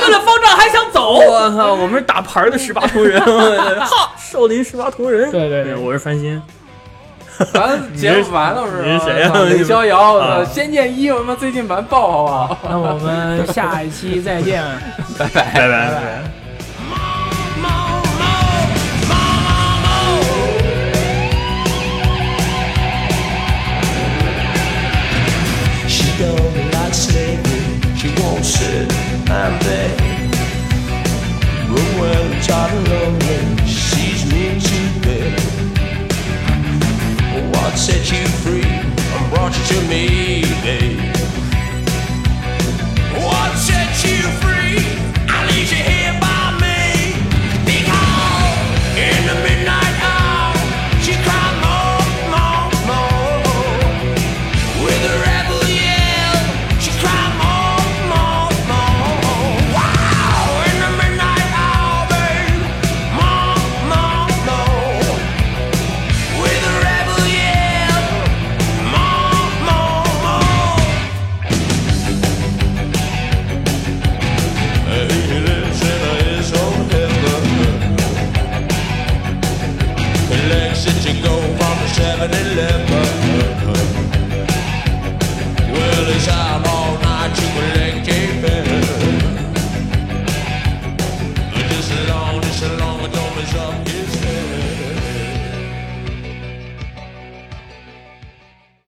S2: 罪了方丈还想走。
S3: 我操，我们是打牌的十八铜 人，哈，少林十八铜人，
S2: 对对
S3: 对，
S2: 对，
S3: 我是樊鑫，
S1: 咱节目完了是吧？
S3: 你是谁呀
S1: 操李逍遥，我操
S3: 啊
S1: 《仙剑一》我他妈最近完爆，好不好？
S2: 那我们下一期再见。
S1: 拜
S2: 哎
S1: 拜。
S3: 拜拜拜拜。
S4: She don't like slavery, she wants it, I'm there. Room well and tired and lonely, she sees me too bad. What set you free and brought you to me, babe? What set you free? I lead you here by Since you go from the 7-Eleven Well, it's out all night to a late game